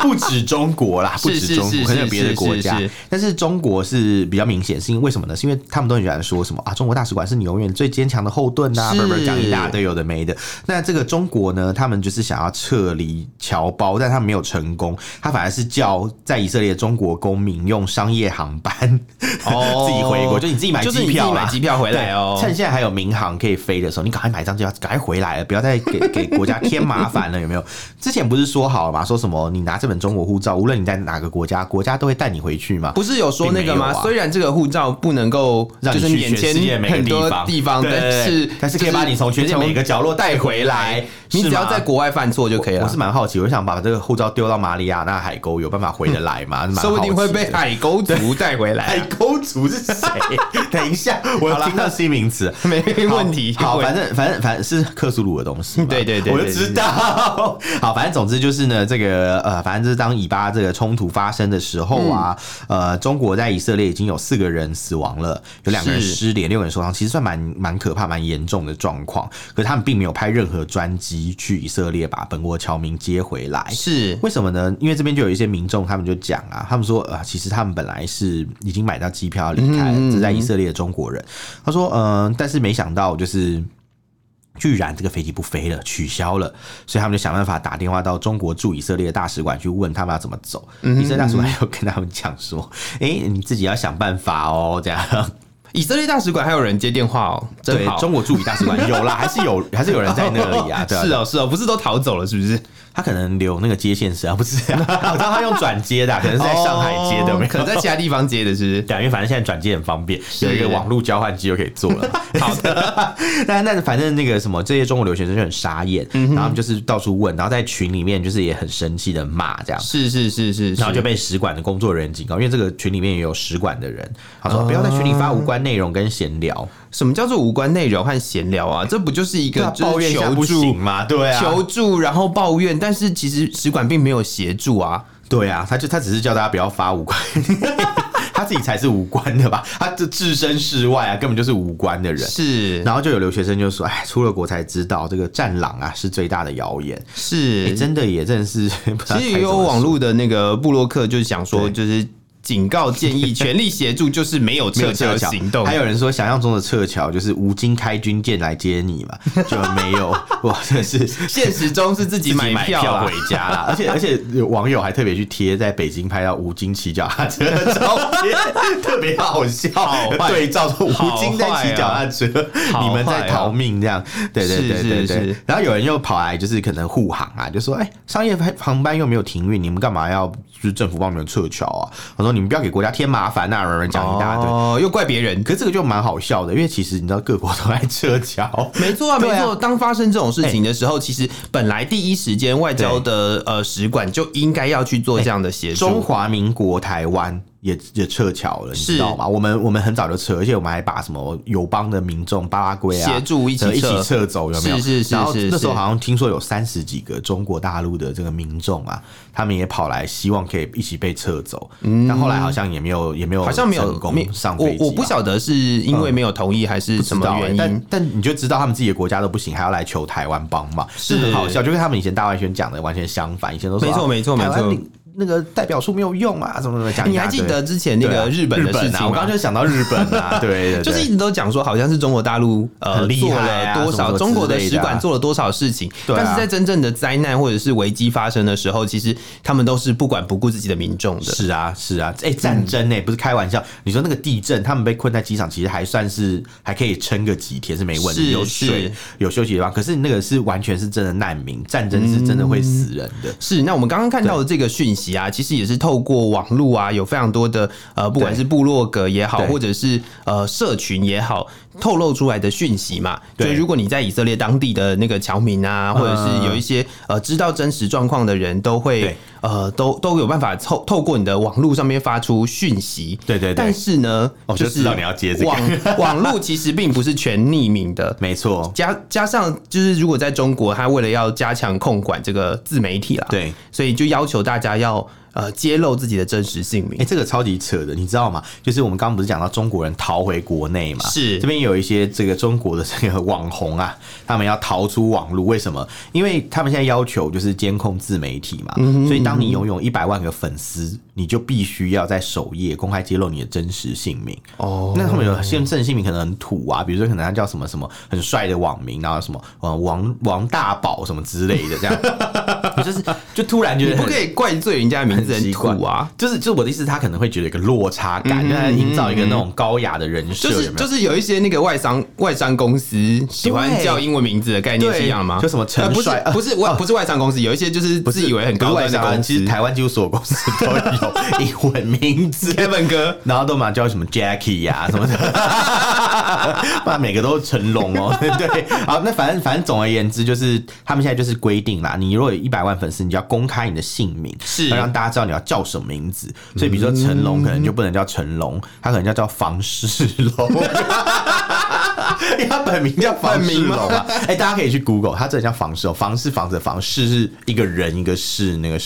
B: 不止中国啦，不
A: 是
B: 止中
A: 是是
B: 国，可能有别的
A: 是
B: 国
A: 是
B: 家
A: 是，
B: 但是中国是比较明显，是因为为什么呢？是因为他们都很喜欢说什么啊，中国大使馆是你永远最坚强的后盾呐、啊，
A: 是
B: 不是讲一大堆有的没的。那这个中国呢，他们就是想要撤离侨胞，但他们没有成功，他反而是叫在以色列的中国公民用商业航班
A: 哦
B: 自己回国，就你自己买
A: 就是你自
B: 机
A: 己
B: 票啦
A: 买机票回来哦
B: 对趁现在还有民航可以飞的时候，你赶快买张机票，赶快回来了，不要再给给国家添麻烦了，有没有？ 之前不是说好了嘛，说什么你拿这本中国护照，无论你在哪个国家，国家都会带你回去嘛。
A: 不是有说那个
B: 并没
A: 吗？
B: 有啊
A: 虽然这个护照不能够
B: 让
A: 就是
B: 你去
A: 免
B: 全世界
A: 签
B: 每
A: 很
B: 个
A: 多
B: 方，
A: 地方，
B: 对
A: 但
B: 对
A: 是
B: 对但是可以把你从全世界每个角落带回来，
A: 你只
B: 是吗
A: 要在国外犯错就可以
B: 我
A: 了
B: 是，蛮好奇，我想把这个护照丢到马里亚纳海沟，有办法回得来吗？蛮好奇的哎
A: 说不定会被海沟族带回 来
B: 海
A: 啊，
B: 沟族是谁？ 等一下，我听到新名词。
A: 没问题。
B: 好，
A: 没问
B: 反
A: 题
B: 正反正反正是克苏鲁的东西嘛，
A: 对对对对
B: 我就知道。好，反正总之就是呢，这个呃，反正就是当以巴这个冲突发生的时候啊，
A: 嗯
B: 呃，中国在以色列已经有四个人死亡了，有两个人
A: 是
B: 失联，六个人受伤，其实算蛮蛮可怕、蛮严重的状况。可是他们并没有派任何专机去以色列把本国侨民接回来，
A: 是
B: 为什么呢？因为这边就有一些民众，他们就讲啊，他们说啊、呃其实他们本来是已经买到机票要离开了，
A: 嗯嗯嗯
B: 这在以色列的中国人，他说，嗯、但是没想到就是。居然这个飞机不飞了，取消了，所以他们就想办法打电话到中国驻以色列的大使馆去问他们要怎么走。以色列大使馆又跟他们讲说：“哎、你自己要想办法哦。”这样，
A: 以色列大使馆还有人接电话哦，真
B: 对
A: 好。
B: 中国驻以大使馆有 啦，还是有，还是有人在那 里 啊？对啊，
A: 是哦是哦，不是都逃走了是不是？
B: 他可能留那个接线生啊，不是、啊， 我知道他用转接的啊、可能是在上海接的，
A: 哦
B: 没有
A: 可能在其他地方接的，是
B: 对啊，因为反正现在转接很方便，有一个网络交换机就可以做了。 好的， 但但反正那个什么，这些中国留学生就很傻眼，然后他们就是到处问，然后在群里面就是也很生气的骂这样。
A: 不是？是是是是，
B: 然后就是被使馆的工作人员警告，因为这个群里面也有使馆的人，他说不要在群里发无关内容跟闲聊，
A: 什么叫做无关内容和闲聊啊？这不就是一
B: 对
A: 个
B: 啊
A: 就是
B: 抱怨一下
A: 求
B: 不行
A: 助、
B: 嘛？对啊，
A: 求助，然后抱怨，但是其实使馆并没有协助啊。
B: 对啊，他就他只是叫大家不要发无关， 他自己才是无关的吧？他这置身事外啊，根本就是无关的人。
A: 是
B: 然后就有留学生就说：“哎，出了国才知道这个战狼啊是最大的谣言。哎
A: 是，
B: 真的也真的是，
A: 其实也有网
B: 络
A: 络的那个布洛克就是想说，
B: 对
A: 就是警告建 议，全力协助就是没有
B: 没
A: 撤
B: 有撤
A: 侨
B: 侨
A: 行动。
B: 还有人说想象中的撤侨就是吴京开军舰来接你嘛，就没 有哇，真的是
A: 现实中是自己
B: 自己
A: 买
B: 买
A: 票
B: 票
A: 啊
B: 回家啦。 而且而且有网友还特别去贴在北京拍到吴京骑脚踏车的照片， 特别好笑
A: 好，坏
B: 对照说吴京在骑脚踏车，
A: 好坏啊
B: 你们在逃命这样。对对对
A: 哦是是
B: 对对
A: 是。
B: 然后有人又跑来就是可能护航啊，就说哎，商业航班又没有停运，你们干嘛要就是政府帮你们撤侨啊？我说你们不要给国家添麻烦呐，人人讲一大堆。
A: 哦，又怪别人。
B: 可是这个就蛮好笑的，因为其实你知道各国都在撤侨，
A: 没错啊，没
B: 对啊哎
A: 错。当发生这种事情的时候，其实本来第一时间外交的呃使馆就应该要去做这样的协
B: 哎中
A: 助。
B: 华民国台湾也也撤侨了，你知道吗？我们我们很早就撤，而且我们还把什么友邦的民众巴拉圭啊
A: 协助一起
B: 呃一
A: 撤
B: 起撤走，有没有？
A: 是是是
B: 然后
A: 是
B: 那时候
A: 是
B: 好像听说有三十几个中国大陆的这个民众啊，他们也跑来希望可以一起被撤走，但后来好像也没有也没有
A: 嗯好像没有
B: 成
A: 没
B: 功上
A: 我
B: 飞机吧。啊
A: 我不晓得是因为没有同意还是什么原
B: 不知道欸
A: 因。
B: 但但你就知道他们自己的国家都不行，还要来求台湾帮忙，
A: 是
B: 很好笑，就跟他们以前大外宣讲的完全相反，以前都说
A: 没错
B: 啊
A: 没错
B: 台湾
A: 没错
B: 领那个代表处没有用啊，怎么怎么讲一
A: 你
B: 大
A: 还
B: 堆，
A: 记得之前那
B: 对啊
A: 个日本的事情
B: 啊？我刚
A: 吗
B: 刚？就想到日本 啊，对，对对
A: 就是一直都讲说，好像是中国大陆呃
B: 很厉
A: 做
B: 害啊
A: 了多
B: 什么什
A: 少
B: 么
A: 中国
B: 之类的
A: 使
B: 啊
A: 馆做了多少事情，
B: 对啊
A: 但是在真正的灾难或者是危机发生的时候，其实他们都是不管不顾自己的民众的。
B: 是啊，是啊，
A: 嗯
B: 哎、战争哎、不是开玩笑。你说那个地震，他们被困在机场，其实还算是还可以撑个几天是没问题，
A: 是
B: 有水有休息的地方。可是那个是完全是真的难民，战争
A: 嗯
B: 是真的会死人的。
A: 是，那我们刚刚看到的这个讯息啊，其实也是透过网络啊，有非常多的呃，不管
B: 对
A: 是部落格也好，
B: 对
A: 或者是呃社群也好，透露出来的讯息嘛。
B: 对嗯
A: 所以如果你在以色列当地的那个侨民啊，或者是有一些呃知道真实状况的人都
B: 对
A: 会呃都都有办法透透过你的网络上面发出讯息。
B: 对对对哦
A: 但是呢，
B: 我
A: 就
B: 就是知道你要接这个
A: 网网络其实并不是全匿名的，
B: 没错，
A: 加加上就是，如果在中国，他为了要加强控管这个自媒体啦，
B: 对，
A: 所以就要求大家要呃揭露自己的真实姓
B: 哎、
A: 名。
B: 这个超级扯的，你知道吗？就是我们刚刚不是讲到中国人逃回国内嘛？
A: 是
B: 这边有一些这个中国的这个网红啊，他们要逃出网路，为什么？因为他们现在要求就是监控自媒体嘛，所以当你拥有一百万个粉丝，你就必须要在首页公开揭露你的真实姓名。
A: 哦，
B: 那他们有些真实姓名可能很土啊，比如说可能他叫什么什么很帅的网名，然后什么呃王王大宝什么之类的，这样，你就是就突然觉
A: 你
B: 得
A: 不
B: 很
A: 可以怪罪人家的名字
B: 很
A: 很
B: 奇怪
A: 土啊，嗯
B: 就是就是我的意思，他可能会觉得有一个落差感，让他营造一个那种高雅的人设，
A: 就
B: 有
A: 是
B: 没有
A: 就是有一些那个外商外商公司喜欢
B: 对
A: 叫英文名字的概念
B: 对
A: 是一样吗？
B: 就什么陈
A: 呃不是
B: 帅哦
A: 不是外不是外商公司，有一些就是自以为很高
B: 不是外
A: 端的
B: 商啊
A: 公
B: 其实
A: 司。
B: 台湾几乎所有公司都有 英文名字。
A: Kevin 哥，
B: 然后都嘛叫什么 Jackie 呀、什么的，那每个都是成龙哦，对，好，那反正反正总而言之，就是他们现在就是规定啦，你如果有一百万粉丝，你就要公开你的姓名，
A: 是
B: 要让大家知道你要叫什么名字。所以比如说成龙可能就不能叫成龙，他可能要叫房世龙。 因为他本名叫房世龙啊，哎、大家可以去 Google，他真的叫房世龙，房是房子的房，世是一个人一个世那个
A: 嗯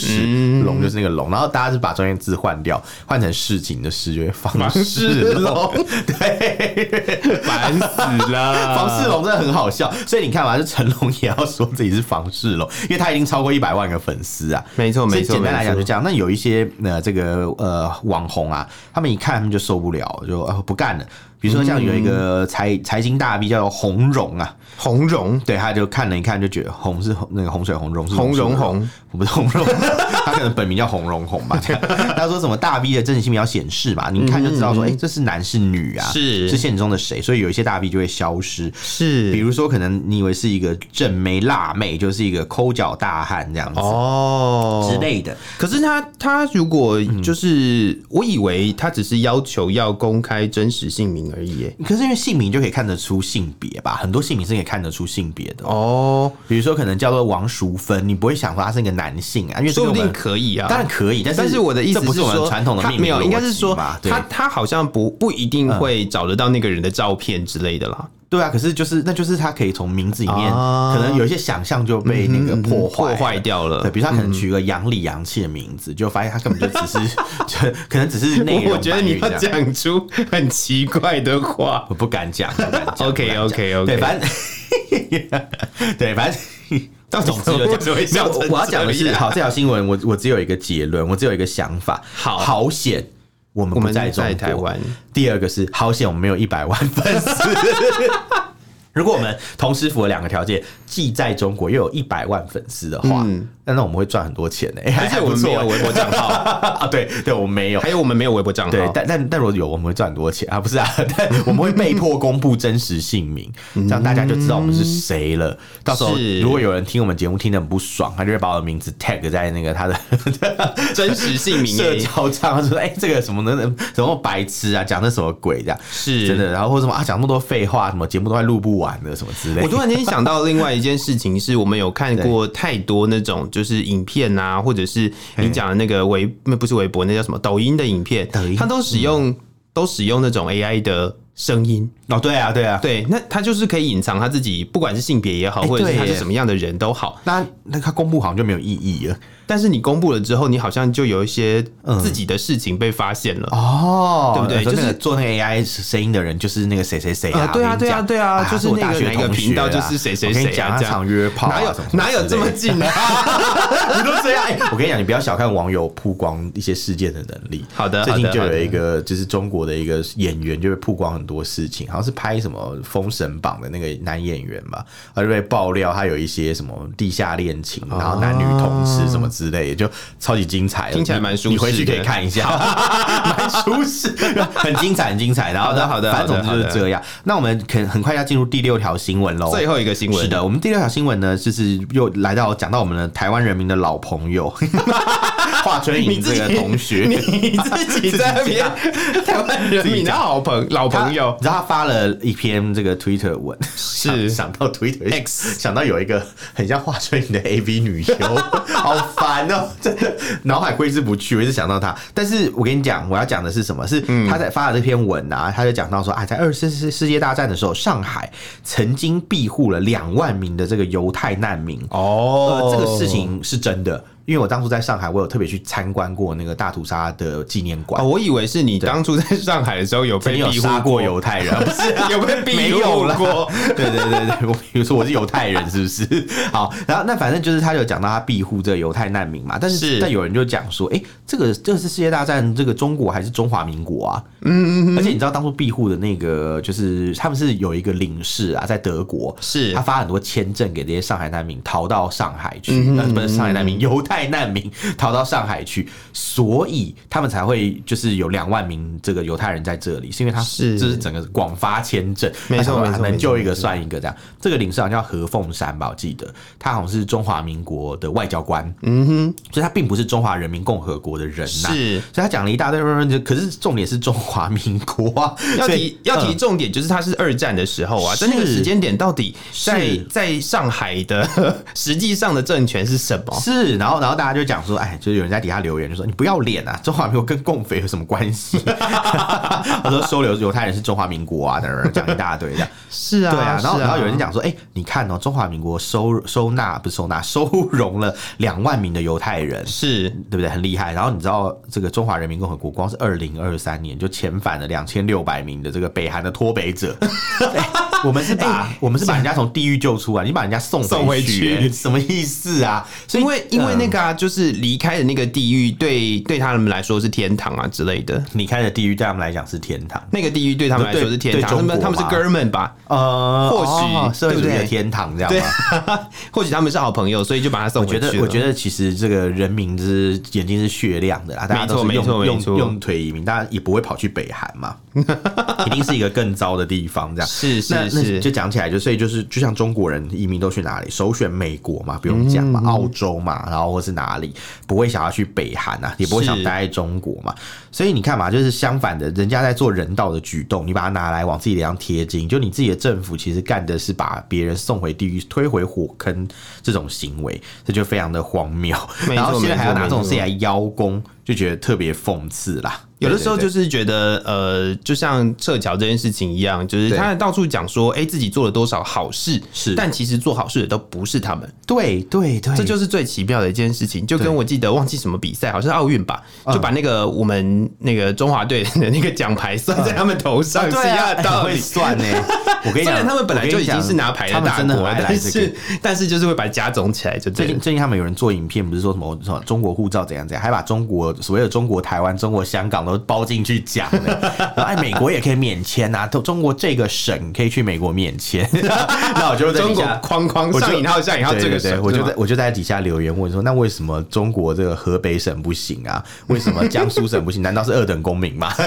B: 世，龙、就是那个龙，然后大家是把中间字换掉，换成事情的事，就会房世龙，对，
A: 烦死了！
B: 房世龙真的很好笑，所以你看嘛，就成龙也要说自己是房世龙，因为他已经超过一百万个粉丝啊，
A: 没错
B: 所以
A: 没错
B: 简单来
A: 没
B: 讲就
A: 错
B: 这样。那有一些呃这个呃网红啊，他们一看他们就受不了，就、呃、不干了。比如说像有一个
A: 嗯
B: 财财经大 V 叫做洪荣啊，
A: 红蓉
B: 对，他就看了一看就觉得洪是洪那个洪水洪荣是
A: 洪荣
B: 洪
A: 洪，
B: 我不是洪荣， 他可能本名叫洪荣洪吧。这样他说什么大 V 的真实姓名要显示嘛，你一看就知道说，哎、这是男是女啊，
A: 嗯是
B: 是现实中的谁，所以有一些大 V 就会消失。
A: 是
B: 比如说，可能你以为是一个正妹辣妹，就是一个抠脚大汉这样子、
A: 哦
B: 之类的。
A: 可是他他如果
B: 嗯
A: 就是、我以为他只是要求要公开真实姓名而已耶。
B: 可是因为姓名就可以看得出性别吧，很多姓名是可以看得出性别的哦。
A: 哦，
B: 比如说，可能叫做王淑芬，你不会想说他是一个男性啊，因为这
A: 说
B: 个
A: 不
B: 我
A: 定
B: 们
A: 可以啊。
B: 当然可以，但是
A: 但是我的意思
B: 这不是我们
A: 说，
B: 传统的
A: 他
B: 命名
A: 没有，应该是说
B: 逻辑嘛对
A: 他他好像不不一定会找得到那个人的照片之类的啦。
B: 对啊，可是就是那就是他可以从名字里面，
A: 啊
B: 可能有一些想象就被那个嗯破坏、嗯
A: 破坏。掉了
B: 对，。比如他可能取个洋里洋气的名字，就发现他根本就只是， 就可能只是内 容
A: 我觉得你要
B: 版语这样，
A: 讲出很奇怪的话。
B: 我不敢讲。不敢讲
A: OK，
B: 不敢讲
A: OK，OK
B: 对，反正 对，反正。但总之就
A: 为什么会
B: 这样
A: 笑
B: 没有
A: 成
B: 我我要讲的
A: 这
B: 是，
A: 样
B: 好，这条新闻我我只有一个结论，我只有一个想法，
A: 好
B: 好险。我们
A: 我
B: 不
A: 们
B: 在中
A: 在
B: 国
A: 台湾，
B: 第二个是好险我们没有一百万粉丝。 如果我们同时符合两个条件，既在中国又有一百万粉丝的话，
A: 嗯
B: 那那我们会赚很多钱呢、
A: 而且我们没有微博账号，
B: 啊，对对，我们没有。
A: 还有我们没有微博账号，
B: 对，但但但如果有，我们会赚很多钱啊！不是啊， 但我们会被迫公布真实姓名，这样大家就知道我们是谁了。到时候
A: 嗯是
B: 如果有人听我们节目听得很不爽，他就会把我的名字 tag 在那个他的
A: 真实姓 名
B: 社
A: A
B: 交账，他说：“哎、这个什么的，什么白痴啊，讲的什么鬼这样。”
A: 是
B: 真的，。然后或什么啊，讲那么多废话，什么节目都快录不完了，什么之类
A: 我突然间想到另外一件事情，是我们有看过太多那种就是影片啊，或者是你讲的那个微那不是微博，那叫什么抖音的影片
B: 抖音，嗯
A: 它都使用都使用那种 AI 的声音，
B: 哦，对啊，对啊，
A: 对，那它就是可以隐藏他自己，不管是性别也好，
B: 哎
A: 或者是
B: 对
A: 他是
B: 耶
A: 什么样的人都好，
B: 那那他公布好像就没有意义了
A: 但是你公布了之后，你好像就有一些自己的事情被发现了。
B: 哦
A: 对不对
B: 就
A: 就是
B: 是做那个 AI 声音的人，就是那个谁谁谁啊
A: 啊，对啊，
B: 我跟
A: 对
B: 你
A: 啊，
B: 讲
A: 对啊，就是
B: 我
A: 那
B: 大
A: 个
B: 学
A: 哪一个
B: 同学
A: 频道，
B: 啊
A: 就是谁谁
B: 我跟
A: 谁
B: 你
A: 啊，
B: 讲，
A: 这
B: 他常
A: 样
B: 约炮啊，
A: 哪有
B: 什什
A: 哪有这么
B: 之类的
A: 近啊？
B: 你都这样。 哎我跟你讲，你不要小看网友曝光一些事件的能力。
A: 好的
B: 最近
A: 好的
B: 就
A: 好
B: 有
A: 的
B: 一个就是中国的一个演员就被曝光很多事情，好像是拍什么《封神榜》的那个男演员吧，他就被爆料他有一些什么地下恋情，
A: 哦
B: 然后男女同志什么之类的，就超级精彩的，
A: 听起来蛮舒适的
B: 你回去可以看 一下，蛮舒适，很精彩，很精彩。然后
A: 好的好的
B: 反正
A: 好的
B: 总
A: 好
B: 之就是
A: 的
B: 这样。那我们肯很快要进入第六条新闻喽，
A: 最后一个新闻
B: 是的，我们第六条新闻呢，就是又来到讲到我们的台湾人民的老朋友 华春
A: 你
B: 莹
A: 自
B: 这
A: 己
B: 个同 学，
A: 你自己在那边 台湾人民的好朋老
B: 他
A: 朋友
B: 你知道他发了一篇这个 Twitter 文，
A: 是
B: 想到 Twitter
A: X
B: 想到有一个很像华春莹的 AV 女优， 好烦哦、真的脑海挥之不去，我一直想到她。但是我跟你讲，我要讲的是什么？是
A: 嗯
B: 他在发了这篇文啊，他就讲到说啊，在二次世世界大战的时候，上海曾经庇护了两万名的这个犹太难民
A: 哦
B: 呃，这个事情是真的，因为我当初在上海，我有特别去参观过那个大屠杀的纪念
A: 啊，
B: 馆。
A: 我以为是你当初在上海的时候有
B: 曾
A: 被
B: 经有
A: 庇
B: 杀
A: 护
B: 过犹太 人，不是
A: 有被庇护过，
B: 对对对对，我比如说我是犹太人，是不是？ 好，然后那反正就是他有讲到他庇护这个犹太难民嘛，但是
A: 是
B: 但有人就讲说，哎、这个这次世界大战，这个中国还是中华民国啊，嗯嗯而且你知道当初庇护的那个就是他们是有一个领事啊，在德国，
A: 是
B: 他发很多签证给这些上海难民逃到上海
A: 嗯
B: 去，呃，不是上海难民，犹太难民逃到上海去，所以他们才会就是有两万名这个犹太人在这里，是因为他
A: 是
B: 这是整个广发签证，
A: 没错
B: 他啊
A: 没错
B: 能
A: 没错
B: 救一个算一个这样。这个领事好像叫何凤山吧，我记得他好像是中华民国的外交官，嗯哼，所以他并不是中华人民共和国的人呐、
A: 是
B: 所以他讲了一大堆，可是重点是中华民国啊，
A: 要
B: 所以
A: 提要提
B: 嗯
A: 重点，就是它是二战的时候啊，
B: 是
A: 在那个时间点，到底在
B: 是
A: 在上海的 实际上的政权是什么？
B: 是，然后然后大家就讲说，哎，就是有人在底下留言，就说你不要脸啊，中 华民国跟共匪有什么关系？ 他说收留犹太人是中华民国啊，等等讲一大堆这样。
A: 是
B: 对啊，然后
A: 是
B: 然后有人讲说，哎、你看哦，中华民国收收纳不是收纳，收容了两万名的犹太人。
A: 是
B: 对不对？很厉害。然后你知道这个中华人民共和国光是二零二三年就遣返了两千六百名的这个北韩的脱北者。 哎我们是把、我们是把人家从地狱救出来，你把人家送
A: 送回
B: 去，
A: 去
B: 哎什么意思啊？所以
A: 因为因为那
B: 嗯
A: 个啊，就是离开的那个地狱，对对他们来说是天堂啊之类的。
B: 你开的地狱对他们来讲是天堂。
A: 那个地狱对他们来说是天堂，
B: 对
A: 他
B: 对
A: 们
B: 中国
A: 他
B: 嘛
A: 们是哥们吧？
B: 呃
A: 或许
B: 哦社会主义
A: 对
B: 的
A: 不对
B: 天堂这样
A: 对
B: 吗？
A: 或许他们是好朋友，所以就把他送
B: 我
A: 回去
B: 觉得，
A: 了
B: 我觉得其实这个人民之眼睛是雪亮的啦，大家都是
A: 没错没
B: 用
A: 错没
B: 用
A: 错
B: 用腿移民，大家也不会跑去北韩 嘛，一定是一个更糟的地方这样。
A: 是是
B: 那那
A: 是
B: 就讲起来就，所以就是就像中国人移民都去哪里，首选美国嘛，不用讲嘛，
A: 嗯
B: 澳洲嘛，然后或是哪里，不会想要去北韩啊，也不会想
A: 是
B: 待在中国嘛。所以你看嘛，就是相反的，人家在做人道的举动，你把它拿来往自己脸上贴金，就你自己的政府其实干的是把别人送回地狱、推回火坑这种行为，这就非常的荒谬。
A: 没错
B: 然后现在还要拿这种
A: 没错
B: 事情来邀功，就觉得特别讽刺啦。
A: 有的时候
B: 对对对
A: 就是觉得，呃，就像撤侨这件事情一样，就是
B: 对
A: 他到处讲说，哎、自己做了多少好事，
B: 是哎
A: 但其实做好事的都不是他们，
B: 对对对，
A: 这就是最奇妙的一件事情。就
B: 对
A: 跟我记得忘记什么比赛，好像是奥运吧，
B: 嗯
A: 就把那个我们那个中华队的那个奖牌算在他们头
B: 啊
A: 上是一样 的道
B: 很会
A: 理。
B: 算呢、哎我跟 你
A: 虽
B: 讲，
A: 然他们本来就已经是拿牌
B: 他
A: 的
B: 们
A: 大
B: 真的很
A: 国，啊
B: 爱来
A: 但
B: 这个
A: 是但是就是会把家总起来，就
B: 最
A: 对
B: 近
A: 了。
B: 最近他们有人做影片，不是说什么什么中国护照怎样怎样，还把中国所谓的中国台湾、中国香港都包进去讲 的。哎，美国也可以免签啊，都中国这个省可以去美国免签。 那我就在
A: 中
B: 底
A: 国
B: 下。
A: 框框
B: 我就
A: 哦上引号下引号
B: 对
A: 这个
B: 对对
A: 省，
B: 我
A: 是
B: 就
A: 吗
B: 在我就在底下留言问说，那为什么中国这个河北省不行啊？为什么江苏省不行？难道是二等公民 吗？
A: 是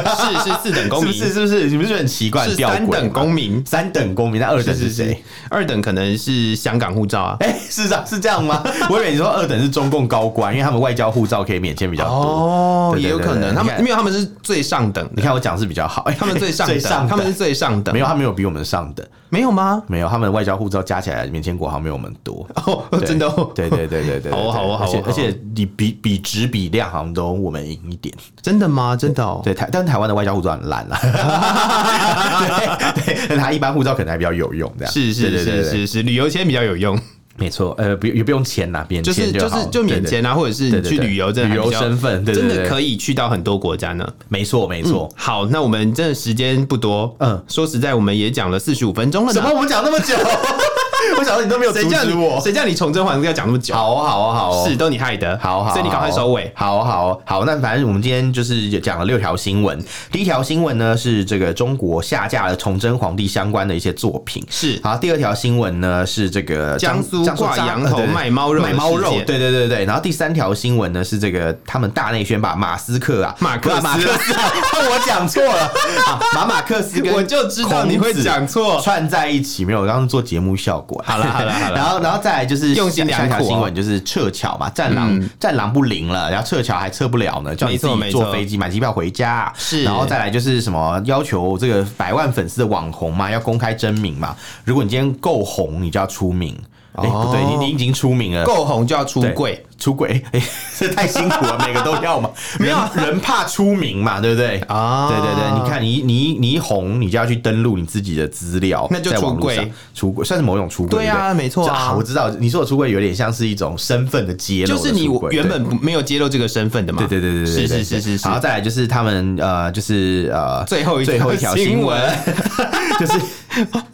A: 是四等公民，
B: 是不是是不是？你们是不是很奇怪？
A: 是
B: 吊诡
A: 三等公民，
B: 三等公民，那二等
A: 是是
B: 是
A: 是
B: 谁？，
A: 二等可能是香港护照啊。
B: 哎、是这样是这样吗？我以为你说二等是中共高官，因为他们外交护照可以免签比较多。
A: 哦，
B: 对对
A: 也有可
B: 对对
A: 能，
B: 对
A: 他
B: 你
A: 们
B: 看
A: 没有，他们是最上等
B: 你
A: 的，
B: 看我讲是比较好，哎
A: 他们 最上
B: 最上
A: 等，
B: 等
A: 他们是最上等，
B: 没有，他没有比我们上等，
A: 没有吗？
B: 没有，他们的外交护照加起来免签国好像没有我们多。
A: 哦，
B: 对
A: 真的哦，
B: 对对对对对，对
A: 好哦好哦好哦
B: 而且
A: 好哦
B: 而且你比比值比量好像都我们赢一点。
A: 真的吗？真的哦，
B: 对台，但台湾的外交护照很烂啦。啊 对对，但他一般护照可能还比较有用，这样
A: 是是
B: 对对对
A: 是
B: 对
A: 是是，旅游签比较有用，
B: 没错，呃，不也不用签啦，免
A: 就是
B: 签
A: 就
B: 好
A: 是就免
B: 对对
A: 签啊，或者是
B: 对
A: 你
B: 对
A: 去
B: 对
A: 旅游，真的
B: 旅游
A: 还比较
B: 身份对对
A: 真
B: 对
A: 的可以去到很多国家呢。
B: 没错没错。
A: 好，那我们真的时间不多，
B: 嗯
A: 嗯，说实在，我们也讲了四十五分钟了呢
B: 什么？我们讲那 么久？我想说你都没有
A: 谁
B: 阻
A: 叫
B: 止
A: 你
B: 我。
A: 谁叫你从甄嬛要讲那么久？
B: 好哦好哦好哦，
A: 是都你害的，
B: 好好，
A: 所以你赶快收尾。
B: 好好好，那反正我们今天就是讲了六条新闻。第一条新闻呢是这个中国下架了崇祯皇帝相关的一些作品。
A: 是
B: 好，第二条新闻呢是这个
A: 江苏
B: 江苏
A: 挂
B: 张
A: 羊
B: 呃
A: 头
B: 对对
A: 卖猫肉
B: 卖猫
A: 的事
B: 肉，
A: 件
B: 对对对对。然后第三条新闻呢是这个他们大内宣把马斯克啊，
A: 马克思
B: 不马克思啊， 我讲错了，好把马克思 跟
A: 我就知道你会讲错
B: 串在一起，没有，我刚刚做节目效果。
A: 好啦好啦好啦
B: 然后然后再来就是
A: 用心
B: 下
A: 良
B: 一
A: 苦
B: 条
A: 啊
B: 新闻就是撤侨嘛，战狼战狼不灵了，然后撤侨还撤不了呢，叫你
A: 没
B: 自
A: 错
B: 己
A: 没错
B: 坐飞机买机票回家，
A: 是
B: 然后再来就是什么要求这个百万粉丝的网红嘛，要公开真名嘛，如果你今天够红，你就要出名。哎、
A: 哦
B: 不对，你你已经出名了，
A: 够红就要出
B: 对
A: 柜，
B: 出轨，哎、 这太辛苦了，每个都 要嘛，没有人怕出名嘛，对不对？
A: 啊
B: 对对对，你看你你你一红，你就要去登录你自己的资料，
A: 那就
B: 在网
A: 出
B: 络
A: 柜
B: 上，出轨算是某种出轨，
A: 对啊
B: 不
A: 没错啊
B: 这我知道你说的出轨有点像是一种身份的揭露
A: 就
B: 的出
A: 是
B: 柜，
A: 你原
B: 对
A: 本不没有揭露这个身份的嘛。
B: 对对对对对，
A: 是
B: 对
A: 是是是是
B: 然。后再来就是他们呃，就是呃，
A: 最后一
B: 最后一条新闻， 就是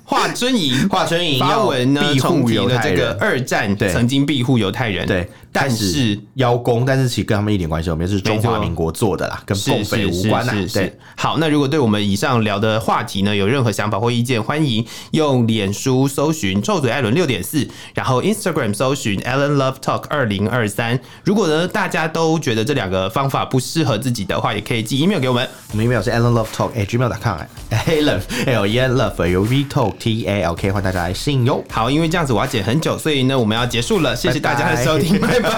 A: 华春 莹
B: 华春莹
A: 发
B: 要
A: 文呢
B: 庇
A: 重
B: 护
A: 提
B: 犹
A: 了
B: 太
A: 这个
B: 人。
A: 二战
B: 对
A: 曾经庇护犹太人，
B: 对，
A: 但
B: 是
A: 是
B: 邀功，但是其实跟他们一点关系都没有，是中华
A: 没错
B: 民国做的啦，跟
A: 是
B: 共匪
A: 是
B: 无
A: 是
B: 关啦啊
A: 是。
B: 对
A: 是，。好，那如果对我们以上聊的话题呢有任何想法或意见，欢迎用脸书搜寻“臭嘴艾伦六点四”，然后 Instagram 搜寻 “Allen Love Talk 二零二三”。如果呢大家都觉得这两个方法不适合自己的话，也可以寄 email 给我们。
B: 我们 email 是 allenlovetalk gmail.com allen l e n love 哎 u v talk t a l k，欢迎大家来信哟。
A: 好，因为这样子我要剪很久，所以呢我们要结束了，谢谢大家的收听，拜拜。